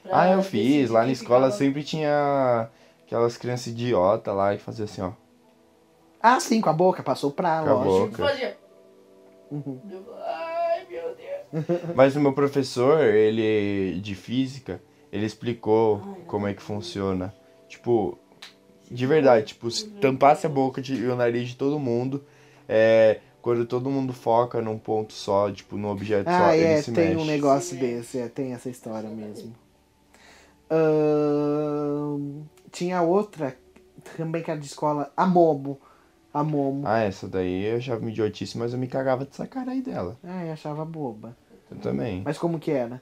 S4: Pra
S1: Ah, eu
S4: decidir
S1: fiz. Lá na
S4: quem
S1: escola
S4: ficava-
S1: sempre tinha aquelas crianças idiota lá e fazia assim, ó.
S2: Ah, sim, com a boca, passou pra,
S1: Com a
S2: lógico.
S1: boca.
S4: Fazia.
S2: Uhum.
S4: Eu falava, Ai, meu Deus.
S1: Mas o meu professor, ele de física, ele explicou como é que funciona. Tipo, de verdade, tipo, se tampasse a boca de- e o nariz de todo mundo, é, quando todo mundo foca num ponto só, tipo, num objeto só,
S2: Ah,
S1: ele
S2: é,
S1: se
S2: tem
S1: mexe.
S2: um negócio
S4: Se mexe.
S2: desse, é, tem essa história mesmo. Ahn, tinha outra também que era de escola, a Momo. A Momo.
S1: Ah, essa daí eu achava uma idiotice, mas eu me cagava dessa cara aí dela.
S2: Ai, achava boba.
S1: Eu também.
S2: Mas como que era?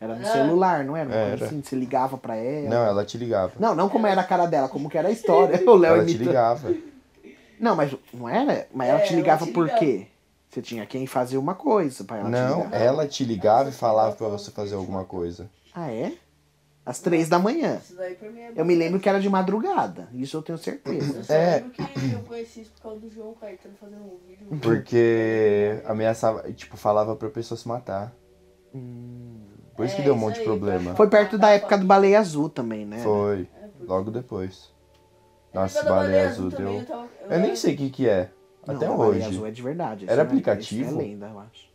S2: Era no
S4: Ah.
S2: celular, não era? Uma coisa
S1: Era.
S2: Assim, se ligava pra ela.
S1: Não, ela te ligava.
S2: é. Não, não como era a cara dela, como que era a história. O Léo
S1: ela te
S2: imitando.
S1: ligava.
S2: Não, mas não era? Mas ela
S4: É,
S2: te
S4: ela
S2: ligava
S4: te
S2: por
S4: ligava.
S2: quê? Você tinha quem fazer uma coisa pra ela te
S1: Não, é-
S2: ligar.
S1: ela te ligava e falava pra você fazer alguma coisa.
S2: Ah, é? Às três da manhã.
S4: Isso daí pra mim é
S2: Eu me lembro que era de madrugada, isso eu tenho certeza.
S4: Eu só
S1: É.
S4: lembro que eu conheci isso por causa do João Caetano fazendo um vídeo.
S1: Porque ameaçava, tipo, falava pra pessoa se matar. Por isso que
S4: É,
S1: deu um
S4: isso
S1: monte de
S4: aí,
S1: problema.
S4: vai
S2: Foi perto da época do Baleia Azul também, né?
S1: Foi,
S4: É, porque-
S1: logo depois.
S4: É,
S1: Nossa,
S4: da Baleia
S1: baleia azul
S4: também,
S1: deu.
S4: Eu, tava- eu
S1: Eu nem
S4: era-
S1: sei o que que é,
S2: Não,
S1: até
S2: da Baleia Azul
S1: hoje.
S2: é de
S1: Era
S2: verdade. isso não é- isso
S1: aplicativo?
S2: É lenda, eu acho.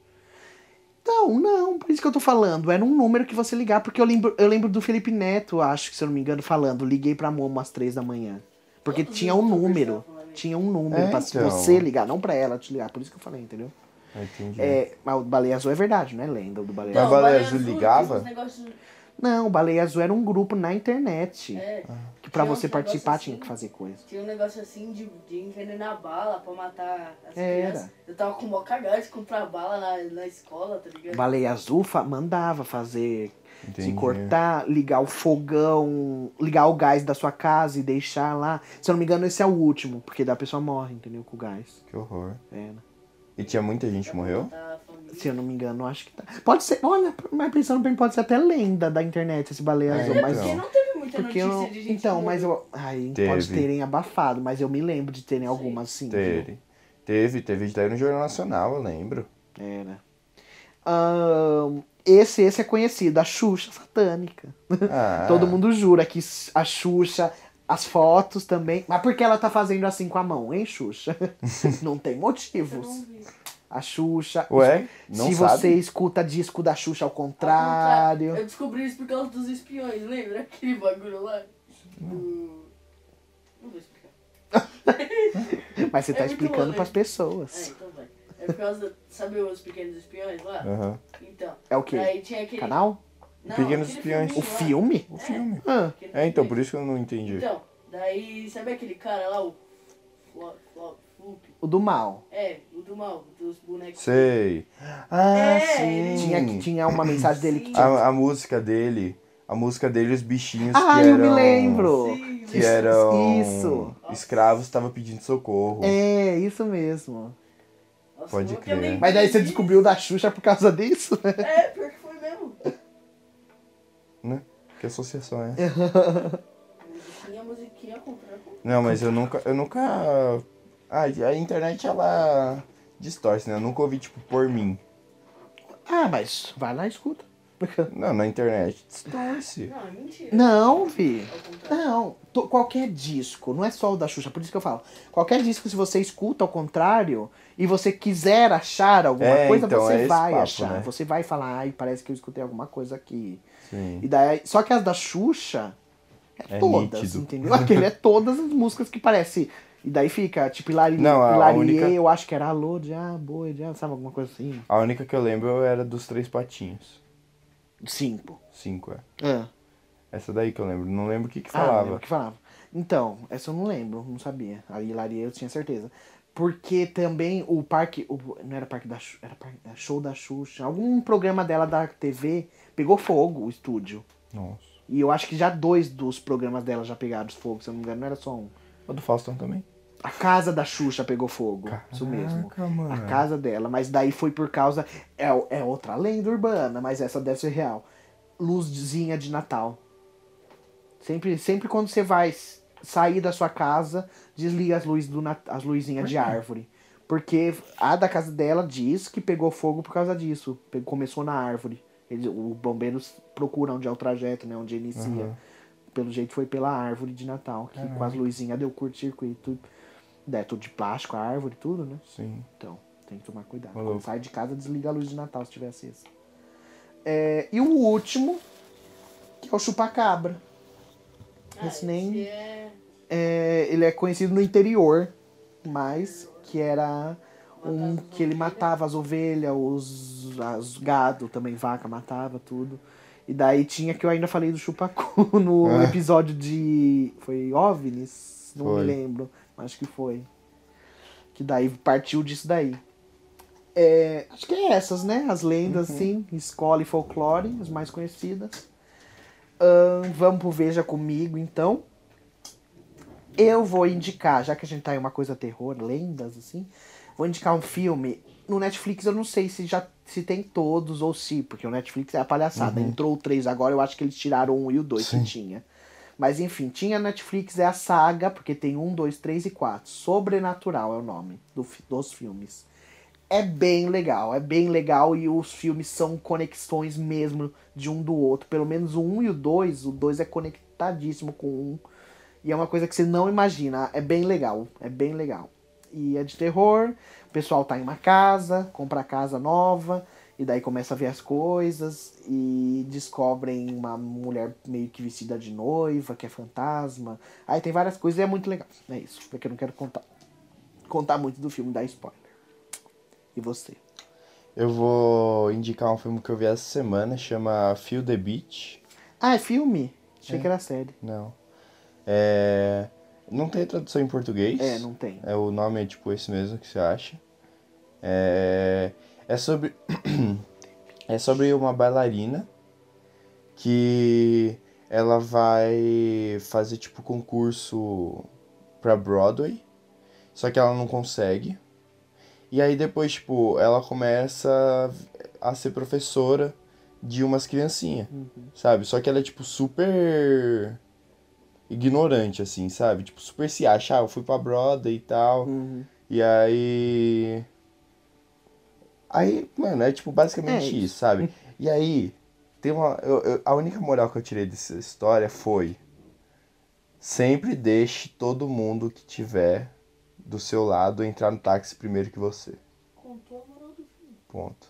S2: Não, não, por isso que eu tô falando. Era um número que você ligar, porque eu lembro, eu lembro do Felipe Neto, acho que se eu não me engano, falando. Liguei pra Momo às três da manhã. Porque
S4: Todos
S2: tinha
S4: os
S2: um número.
S4: youtubers estavam
S2: Tinha um número
S1: É,
S2: pra
S1: então.
S2: você ligar, não pra ela te ligar. Por isso que eu falei, entendeu?
S1: Eu Entendi.
S2: É, mas o Baleia Azul é verdade, não é lenda o do Baleia
S1: Mas
S4: Não,
S2: Azul.
S1: a Baleia
S4: Baleia
S1: Azul
S4: Azul,
S1: ligava?
S4: os negócios-
S2: Não, o Baleia Azul era um grupo na internet.
S4: é,
S2: Que pra
S4: tinha uns
S2: você
S4: negócios
S2: participar
S4: assim.
S2: tinha que fazer coisa.
S4: Tinha um negócio assim de, de envenenar bala pra matar as
S2: Era.
S4: crianças. Eu tava com mó cagada de comprar bala na, na escola, tá ligado?
S2: Baleia Azul fa- mandava fazer,
S1: Entendi.
S2: se cortar, ligar o fogão, ligar o gás da sua casa e deixar lá. Se eu não me engano, esse é o último, porque da pessoa morre, entendeu? Com o gás.
S1: Que horror.
S2: É, né?
S1: E tinha muita gente
S4: Pra
S1: morreu?
S4: matar a família.
S2: Se eu não me engano, acho que tá. Pode ser, olha, mas pensando bem, pode ser até lenda da internet esse Baleia
S1: É,
S2: Azul, mas.
S1: então.
S4: Porque não teve muita
S2: Porque eu.
S4: notícia
S2: não-
S4: de gente
S2: Então, mas
S4: morrendo.
S2: eu. Aí
S1: Teve.
S2: pode terem abafado, mas eu me lembro de terem algumas sim. viu?
S1: Teve. Teve, teve daí no Jornal Nacional, eu lembro.
S2: Era. É, né? Ahn, esse, esse é conhecido, a Xuxa Satânica.
S1: Ah,
S2: Todo mundo jura que a Xuxa, as fotos também. Mas por que ela tá fazendo assim com a mão, hein, Xuxa? não tem
S4: Eu não
S2: motivos.
S4: vi.
S2: A Xuxa.
S1: Ué, não
S2: se
S1: sabe?
S2: você escuta disco da Xuxa ao
S4: Ao contrário,
S2: contrário.
S4: Eu descobri isso por causa dos espiões, lembra? Aquele bagulho lá. Do... Não vou explicar.
S2: Mas você tá
S4: É muito
S2: explicando
S4: rolê.
S2: pras
S4: É,
S2: pessoas.
S4: então vai. É por causa, da- sabe os pequenos espiões lá?
S1: Aham.
S4: Então.
S2: É o quê?
S4: Aí tinha aquele...
S2: Canal?
S4: Não,
S1: Pequenos
S4: aquele
S1: Espiões.
S2: O
S4: filminho lá.
S2: filme?
S1: O filme.
S2: Ah,
S4: Aquele
S1: É, então,
S4: filminho.
S1: por isso que eu não entendi.
S4: Então, daí, sabe aquele cara lá, o Flop, Flop, Floop?
S2: o do mal.
S4: É, o do mal, dos bonecos.
S1: Sei. Ah,
S4: É, ele
S1: sim. Ah,
S2: Tinha, que- tinha uma mensagem dele que tinha.
S1: A, a música dele. A música dele, os bichinhos
S2: Ah,
S1: que
S2: eu
S1: eram...
S2: me lembro!
S4: Sim,
S1: Que eram...
S2: Isso.
S1: Escravos estavam pedindo socorro.
S2: É, isso mesmo.
S4: Nossa,
S1: Pode
S4: como que
S1: crer.
S4: eu lembrei
S2: Mas daí você
S4: disso?
S2: descobriu da Xuxa por causa disso?
S4: É, pior que foi mesmo.
S1: Que associação é?
S4: Musiquinha, musiquinha, comprar, comprar.
S1: Não, mas eu nunca... Eu nunca... Ah, a internet, ela distorce, né? Eu nunca ouvi, tipo, por mim.
S2: Ah, mas vai lá e escuta.
S1: Não, na internet distorce.
S4: Não, é mentira.
S2: Não, vi.
S4: Ao contrário.
S2: Não, to- qualquer disco, não é só o da Xuxa, por isso que eu falo. Qualquer disco, se você escuta ao contrário e você quiser achar alguma
S1: É,
S2: coisa,
S1: então,
S2: você
S1: é esse
S2: vai
S1: papo,
S2: achar.
S1: né?
S2: Você vai falar, ai, parece que eu escutei alguma coisa aqui.
S1: Sim.
S2: E daí, só que as da Xuxa é,
S1: É
S2: todas,
S1: nítido.
S2: entendeu? Aquele é todas as músicas que parece. E daí fica, tipo, Hilari,
S1: Não, a
S2: Hilarie,
S1: única-
S2: eu acho que era Alô, Diabo, Diabo, sabe, alguma coisa assim.
S1: A única que eu lembro era dos Três Patinhos.
S2: Cinco.
S1: Cinco, é.
S2: Ah,
S1: Essa daí que eu lembro. Não lembro o que que
S2: ah, lembro
S1: falava.
S2: que falava. Então, essa eu não lembro, não sabia. A Hilarie eu tinha certeza. Porque também o parque. o- não era parque da Xu- era parque, era show da Xuxa. Algum programa dela da TV pegou fogo o estúdio.
S1: Nossa.
S2: E eu acho que já dois dos programas dela já pegaram fogo, se eu não me engano, não era só um.
S1: O do Faustão também.
S2: A casa da Xuxa pegou fogo. isso mesmo.
S1: Caraca, mano.
S2: A casa dela, mas daí foi por causa. É, o- é outra lenda urbana, mas essa deve ser real. Luzinha de Natal. Sempre, sempre quando você vai s- sair da sua casa, desliga as luzes do Nat- as luzinhas de árvore. Porque a da casa dela diz que pegou fogo por causa disso. Pe- Começou na árvore. Eles, o bombeiro s- procura onde é o trajeto, né? Onde inicia.
S1: Aham.
S2: Pelo jeito foi pela árvore de Natal, que com as luzinhas deu curto-circuito. É tudo de plástico, a árvore, tudo, né?
S1: Sim.
S2: Então, tem que tomar cuidado.
S1: Maluco.
S2: Quando sai de casa, desliga a luz de Natal se tiver acesa. É, e o último, que é o chupacabra.
S4: Ah,
S2: Esse nem-
S4: esse é
S2: É, ele é conhecido no interior, mas que era um
S4: Matava as
S2: que ele
S4: ovelhas.
S2: matava as ovelhas, os, as gado também, vaca, matava tudo. E daí tinha que eu ainda falei do chupacu no
S1: É.
S2: episódio de. Foi OVNIs? Não
S1: Foi.
S2: me lembro. Acho que foi. Que daí partiu disso daí. É, acho que é essas, né? As lendas,
S1: Uhum.
S2: assim, escola e folclore, as mais conhecidas. Ahn, vamos pro Veja Comigo, então. Eu vou indicar, já que a gente tá em uma coisa terror, lendas, assim, vou indicar um filme. No Netflix eu não sei se já se tem todos ou se, porque o Netflix é a palhaçada. Entrou o 3 agora, eu acho que eles tiraram um e o 2 que
S1: Uhum. Sim.
S2: tinha. Mas enfim, tinha Netflix, é a saga, porque tem um, dois, três e quatro. Sobrenatural é o nome do fi- dos filmes. É bem legal, é bem legal e os filmes são conexões mesmo de um do outro. Pelo menos o um e o dois o dois é conectadíssimo com o um. E é uma coisa que você não imagina, é bem legal, é bem legal. E é de terror, o pessoal tá em uma casa, compra casa nova, e daí começa a ver as coisas, e descobrem uma mulher meio que vestida de noiva, que é fantasma. Aí tem várias coisas e é muito legal. É isso, porque eu não quero contar, contar muito do filme, dar spoiler. E você?
S1: Eu vou indicar um filme que eu vi essa semana, chama Feel the Beach.
S2: Ah, é filme? Achei que era série.
S1: Não. É... Não tem tradução em português.
S2: É, não tem.
S1: É, o nome é tipo esse mesmo que você acha. É, é sobre. é sobre uma bailarina que ela vai fazer tipo concurso pra Broadway. Só que ela não consegue. E aí depois, tipo, ela começa a ser professora de umas criancinhas,
S2: Uhum.
S1: sabe? Só que ela é, tipo, super ignorante, assim, sabe? Tipo, super se acha, ah, eu fui pra Broadway e tal.
S2: Uhum.
S1: E aí. Aí, mano, é tipo basicamente
S2: É
S1: isso. sabe? E aí, tem uma. eu- eu- a única moral que eu tirei dessa história foi. Sempre deixe todo mundo que tiver do seu lado entrar no táxi primeiro que você.
S4: Contou a moral do filme.
S1: Ponto.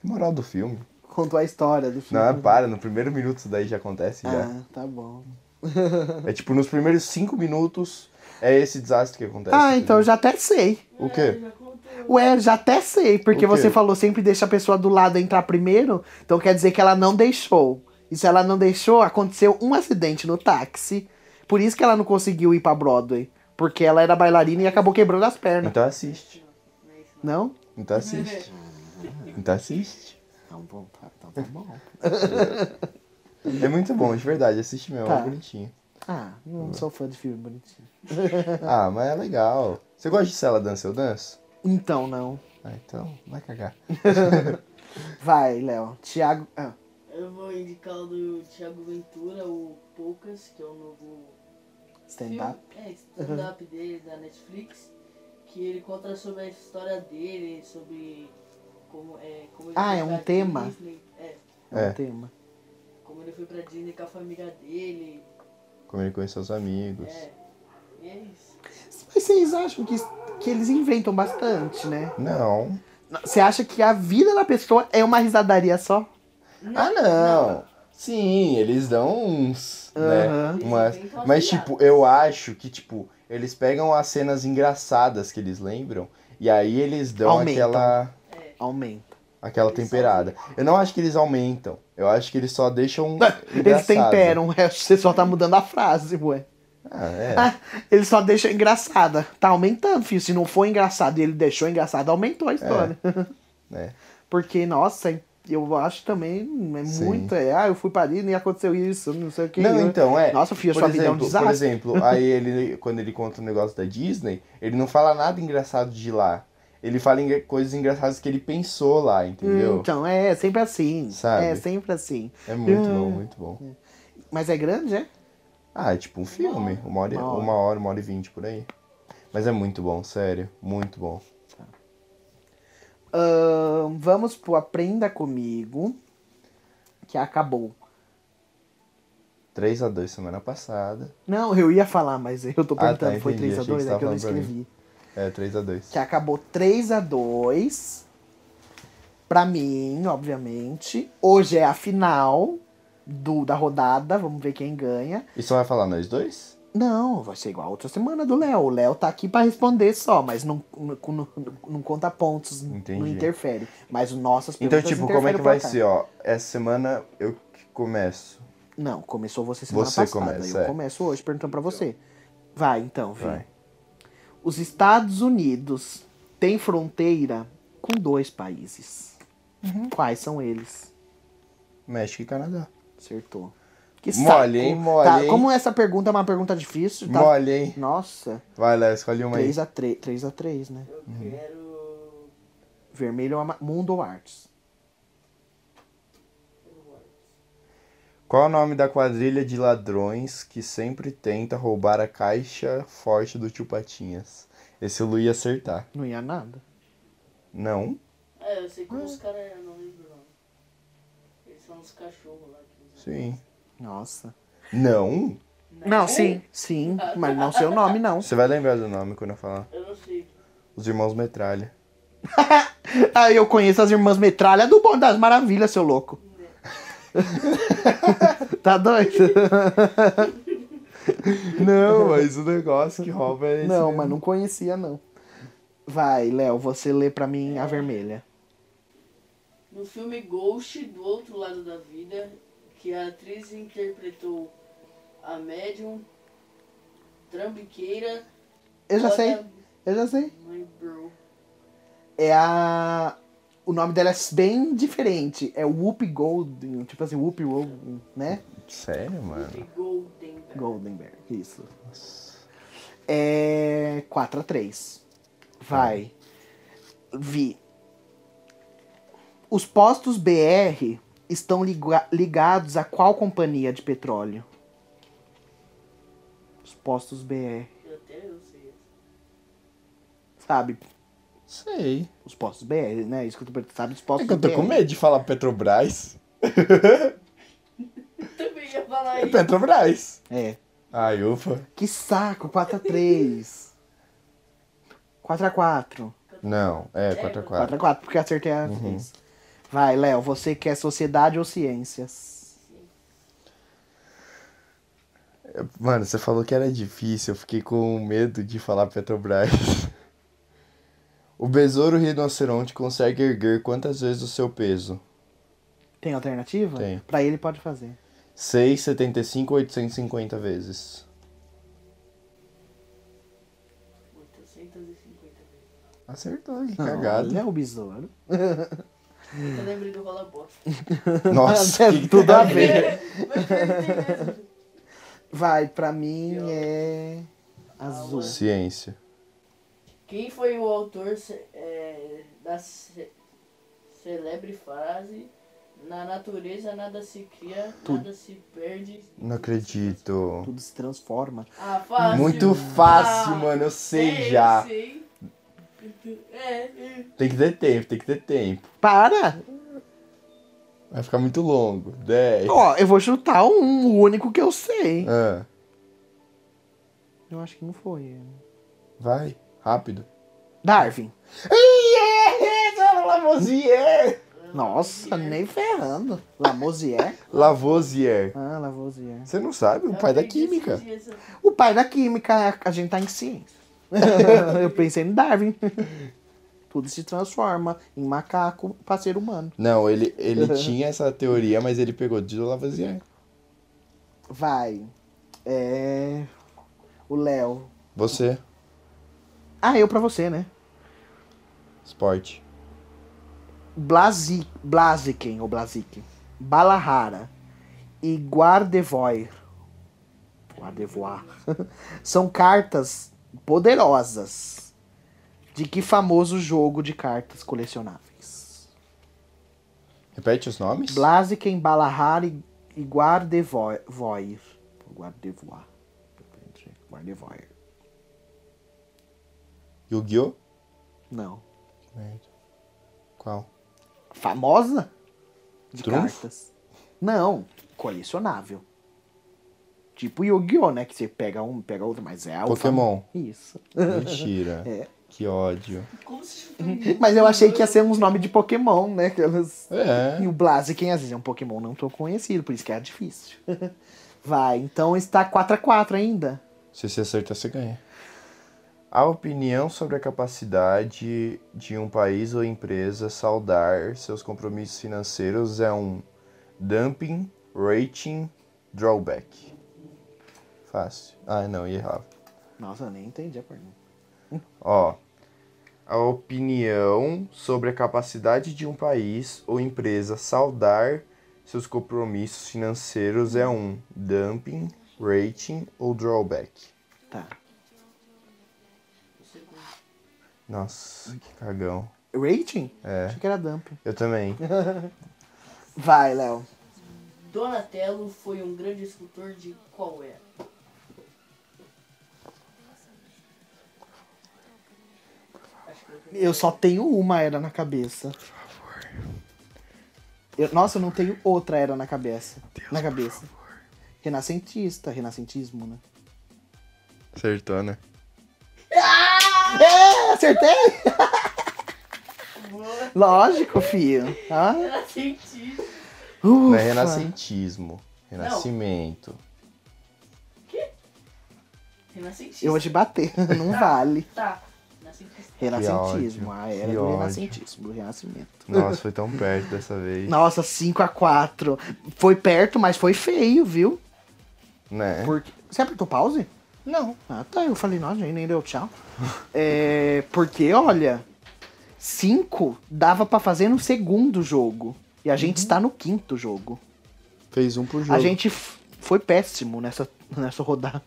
S1: Que moral do filme?
S2: Contou a história do filme.
S1: Não, para, no primeiro minuto isso daí já acontece já.
S2: Ah, tá bom.
S1: É tipo, nos primeiros cinco minutos é esse desastre que acontece.
S2: Ah, então
S1: entendeu?
S2: eu já até sei.
S1: O
S4: É,
S1: quê?
S4: já contou.
S2: Ué, já até sei, porque
S1: O quê?
S2: você falou sempre deixa a pessoa do lado entrar primeiro, então quer dizer que ela não deixou. E se ela não deixou, aconteceu um acidente no táxi. Por isso que ela não conseguiu ir pra Broadway. Porque ela era bailarina e acabou quebrando as pernas.
S1: Então assiste.
S4: Não é isso, não.
S2: Não?
S1: Então assiste. Então assiste.
S2: Não, bom, tá, então tá bom.
S1: É muito bom, de verdade. Assiste mesmo,
S2: Tá.
S1: é bonitinho.
S2: Ah, não sou fã de filme bonitinho.
S1: Ah, mas é legal. Você gosta de Se Ela Dança, Eu Danço?
S2: Então não.
S1: Ah, então vai cagar.
S2: Vai, Léo. Tiago. Ah,
S4: Eu vou indicar o do Thiago Ventura, o Poucas, que é o novo
S2: stand-up. Uhum.
S4: filme- É, stand-up dele da Netflix. Que ele conta sobre a história dele, sobre como é. Como ele
S2: Ah, é
S4: foi
S2: um
S4: pra
S2: tema?
S4: Disney. É.
S2: É,
S1: É.
S2: um tema.
S4: Como ele foi pra Disney com a família dele.
S1: Como ele conheceu seus amigos.
S4: É. E é isso.
S2: Mas vocês acham que, que eles inventam bastante, né?
S1: Não.
S2: Você acha que a vida da pessoa é uma risadaria só?
S1: Ah, não. Sim, eles dão uns,
S2: Aham.
S1: né? Umas,
S4: Eles inventam
S1: mas,
S4: as
S1: tipo, eu acho que, tipo, eles pegam as cenas engraçadas que eles lembram e aí eles dão
S2: Aumentam.
S1: aquela
S2: Aumenta.
S1: aquela
S4: Eles só-
S1: temperada. Eu não acho que eles aumentam. Eu acho que eles só deixam
S2: Eles
S1: engraçado.
S2: temperam, o resto você só tá mudando a frase, ué.
S1: Ah, é.
S2: Ah, Ele só deixa engraçada. Tá aumentando, filho. Se não for engraçado e ele deixou engraçado, aumentou a história.
S1: É.
S2: Porque, nossa, eu acho também é
S1: Sim.
S2: muito. É, ah, eu fui para Disney e aconteceu isso, não sei o que.
S1: Não,
S2: Eu-
S1: então, é.
S2: Nossa, filho, a
S1: por
S2: sua vida é um
S1: exemplo,
S2: desastre.
S1: Por exemplo, aí ele, quando ele conta o negócio da Disney, ele não fala nada engraçado de lá. Ele fala engra- coisas engraçadas que ele pensou lá, entendeu?
S2: Então, é sempre assim.
S1: Sabe?
S2: É sempre assim.
S1: É muito
S2: Ah.
S1: bom, muito bom.
S2: Mas é grande, é?
S1: Ah, é tipo um filme. Uma hora,
S2: Uma
S1: uma
S2: hora.
S1: hora, uma hora, e vinte por aí. Mas é muito bom, sério. Muito bom.
S2: Ahn, vamos pro Aprenda Comigo. Que acabou.
S1: 3 a 2 semana passada.
S2: Não, eu ia falar, mas eu tô
S1: Ah, tá,
S2: perguntando. foi
S1: entendi.
S2: 3 a
S1: Achei que
S2: 2
S1: você
S2: é
S1: tava
S2: que eu não
S1: falando pra mim.
S2: escrevi.
S1: É, 3 a 2
S2: Que acabou 3 a 2 Pra mim, obviamente. Hoje é a final do, da rodada. Vamos ver quem ganha.
S1: E só vai falar nós dois?
S2: Não, vai ser igual a outra semana do Léo. O Léo tá aqui pra responder só, mas não, não, não- não conta pontos, não
S1: Entendi.
S2: interfere. Mas o nossas
S1: Então,
S2: perguntas
S1: tipo, como é
S2: interferem
S1: que
S2: o
S1: vai
S2: placar.
S1: ser, ó? Essa semana eu que começo.
S2: Não, começou você semana
S1: Você
S2: passada.
S1: começa,
S2: eu
S1: é.
S2: começo hoje perguntando pra você. Vai, então, Vi.
S1: Vai.
S2: Os Estados Unidos têm fronteira com dois países. Quais são eles?
S1: México e Canadá.
S2: Acertou. Que
S1: Mole, hein? Mole,
S2: Tá,
S1: hein?
S2: como essa pergunta é uma pergunta difícil, tá?
S1: Mole, hein?
S2: Nossa,
S1: Vai lá, escolhe uma aí.
S2: 3x3, 3x3, né?
S4: Eu quero.
S2: Vermelho, ama- mundo ou artes?
S1: Qual é o nome da quadrilha de ladrões que sempre tenta roubar a caixa forte do tio Patinhas? Esse o Lu ia acertar.
S2: Não ia nada.
S1: Não?
S4: É, eu sei como
S2: Ah.
S4: os caras. Eu não lembro o nome. Eles são uns cachorros lá. Que usam.
S1: Sim.
S2: Nossa.
S1: Não?
S2: Não, sim. Sim, mas não sei o nome, não.
S1: Você vai lembrar do nome quando eu falar.
S4: Eu não sei.
S1: Os Irmãos Metralha.
S2: Ah, eu conheço as irmãs metralha do Bom das Maravilhas, seu louco. tá doido?
S1: Não, mas o negócio que rouba é esse.
S2: não,
S1: mesmo.
S2: mas não conhecia, não. Vai, Léo, você lê pra mim a vermelha.
S4: No filme Ghost, do outro lado da vida, que a atriz interpretou a médium trambiqueira.
S2: Eu já
S4: Ela
S2: sei,
S4: tá-
S2: eu já sei.
S4: Mãe, bro.
S2: É a. O nome dela é bem diferente. É Whoopi Golden, tipo assim, Whoopi Golden, né?
S1: Sério,
S4: Que
S1: mano?
S4: Golden.
S2: Goldenberg, isso. É 4 a 3 Vai. Vi. Os postos BR estão ligua- ligados a qual companhia de petróleo? Os postos BR,
S4: Eu até eu sei. essa.
S2: sabe?
S1: Sei.
S2: Os postos BR, né? Isso que eu tô perguntando, sabe? Os
S1: É
S2: postos
S1: que eu tô
S2: BR.
S1: com medo de falar Petrobras.
S4: Também ia falar
S1: É
S4: isso.
S1: Petrobras.
S2: É.
S1: Ai, ufa.
S2: Que saco, 4 a 3 4 a 4
S1: Não, é 4x4.
S2: 4 a 4 porque eu acertei a
S1: Uhum.
S2: vez. Vai, Léo, você quer sociedade ou ciências?
S1: Mano, você falou que era difícil, eu fiquei com medo de falar Petrobras. O besouro rinoceronte consegue erguer quantas vezes o seu peso?
S2: Tem alternativa?
S1: Tem.
S2: Pra ele pode fazer.
S1: 6, 75, 850 vezes.
S4: 850 vezes.
S1: Acertou, que cagada.
S2: Olha o besouro.
S4: Eu lembrei do rola bosta.
S1: Nossa, que
S2: É Tudo a
S1: cagada.
S2: ver.
S4: Mas perguntei mesmo.
S2: Vai, pra mim é. Azul.
S1: Ciência.
S4: Quem foi o autor ce- é, da ce- celebre frase Na natureza nada se cria, nada se perde.
S1: Não acredito.
S2: Tudo se transforma.
S4: Ah, fácil.
S1: Muito fácil, mano, eu
S4: é,
S1: sei
S4: eu
S1: já.
S4: sei. É, é.
S1: Tem que ter tempo, tem que ter tempo.
S2: Para!
S1: Vai ficar muito longo. 10.
S2: Ó, eu vou chutar um, o único que eu sei.
S1: Ah,
S2: Eu acho que não foi.
S1: vai, rápido.
S2: Darwin.
S1: Yeah! Lavoisier!
S2: Nossa, nem ferrando. Lamosier.
S1: Lavoisier.
S2: Ah, Lavosier.
S1: Você não sabe, o pai da química.
S2: O pai da química, a gente tá em ciência. eu pensei em Darwin. Tudo se transforma em macaco para ser humano.
S1: Não, ele, ele tinha essa teoria, mas ele pegou de Lavoisier.
S2: Vai. É. O Léo.
S1: Você,
S2: Ah, eu pra você, né?
S1: esporte.
S2: Blazi... Blaziken, ou Blaziken. Balahara e Guardevoir. Guardevoir. São cartas poderosas. De que famoso jogo de cartas colecionáveis?
S1: Repete os nomes?
S2: Blaziken, Balahara e e Guardevoir. Voir. Guardevoir. Guardevoir.
S1: Yu-Gi-Oh?
S2: Não.
S1: Merda. Qual?
S2: Famosa? De
S1: Trunfo?
S2: cartas. Não, colecionável. Tipo Yu-Gi-Oh, né? Que você pega um, pega outro, mas é a
S1: Pokémon.
S2: Isso.
S1: Mentira.
S2: É.
S1: Que ódio.
S4: Como um você chutou
S2: Mas eu achei que ia ser uns nomes de Pokémon, né? Aquelas...
S1: É.
S2: E o Blaziken, às vezes, é um Pokémon não tão conhecido, por isso que é difícil. Vai, então está 4x4 ainda.
S1: Se você acertar, você ganha. A opinião sobre a capacidade de um país ou empresa saldar seus compromissos financeiros é um dumping rating drawback. Fácil. Ah, não, ia errar.
S2: Nossa, eu nem entendi a pergunta.
S1: Ó, a opinião sobre a capacidade de um país ou empresa saldar seus compromissos financeiros é um dumping, rating ou drawback.
S2: Tá.
S1: Nossa, que cagão.
S2: Rating?
S1: É.
S2: Achei que era dump.
S1: Eu também.
S2: Vai, Léo.
S4: Donatello foi um grande escultor de qual é? era? Acho que eu
S2: Eu só tenho uma era na cabeça. Por favor. nossa, eu não tenho outra era na cabeça. na cabeça. Renascentista, renascentismo, né?
S1: Acertou, né?
S2: É, acertei!
S4: Boa.
S2: Lógico, filho. Ah,
S4: Era cientista.
S1: Não
S2: ufa.
S1: é renascentismo. Renascimento.
S4: Renascentista.
S2: Eu vou te bater, não vale.
S4: Tá. Renascentista.
S1: Que ódio,
S2: Renascentismo, a era
S1: que
S2: do
S1: ódio.
S2: renascentismo, do renascimento.
S1: Nossa, foi tão perto dessa vez.
S2: Nossa, 5x4. Foi perto, mas foi feio, viu?
S1: Né?
S2: Porque... Você apertou pause? Não. Ah, tá. Eu falei, nossa, gente, nem deu tchau. é, porque, olha, cinco dava pra fazer no segundo jogo. E a gente está no quinto jogo.
S1: Fez um por jogo.
S2: A gente f- foi péssimo nessa, nessa rodada.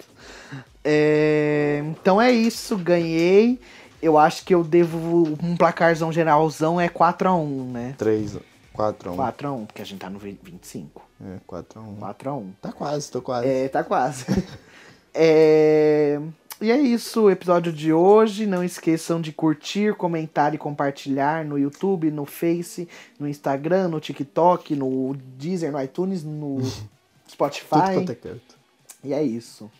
S2: É, então é isso, ganhei. Eu acho que eu devo um placarzão geralzão é 4x1, né?
S1: 3, 4 a 1.
S2: 4x1, porque a gente tá no 25.
S1: É, 4 a 1.
S2: 4x1.
S1: Tá quase, tô quase.
S2: É, tá quase. É, E é isso o episódio de hoje. Não esqueçam de curtir, comentar e compartilhar no YouTube, no Face, no Instagram, no TikTok, no Deezer, no iTunes, no
S1: Tudo
S2: Spotify.
S1: quanto é canto.
S2: E é isso.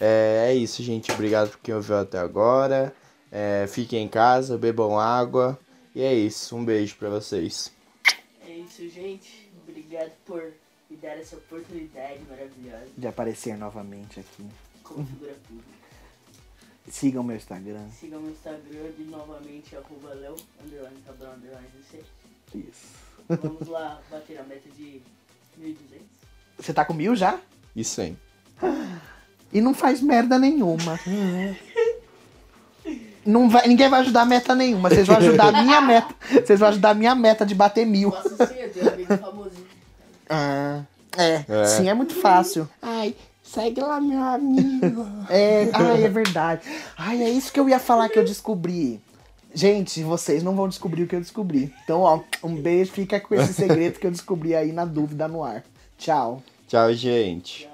S1: É, é isso, gente. Obrigado por quem ouviu até agora. É, fiquem em casa, bebam água. E é isso. Um beijo pra vocês.
S4: É isso, gente. Obrigado por me dar essa oportunidade maravilhosa.
S2: De aparecer novamente aqui.
S4: Como figura pública.
S2: Sigam meu Instagram.
S4: Siga meu Instagram de novamente, arroba Leo, underline, cabral, underline, não sei.
S2: Isso.
S4: Vamos lá bater a meta de 1.200.
S2: Você tá com mil já?
S1: E sem.
S2: E não faz merda nenhuma. Não vai, ninguém vai ajudar a meta nenhuma. Vocês vão ajudar a minha meta. Vocês vão ajudar a minha meta de bater mil.
S4: Faço cedo, é amigo famosinho.
S2: Ah, é.
S1: É.
S2: Sim, é muito fácil.
S1: Ai, segue lá, meu amigo.
S2: É, ai, é verdade. Ai, é isso que eu ia falar que eu descobri. Gente, vocês não vão descobrir o que eu descobri. Então, ó, um beijo, fica com esse segredo que eu descobri aí na dúvida no ar. Tchau.
S1: Tchau, gente.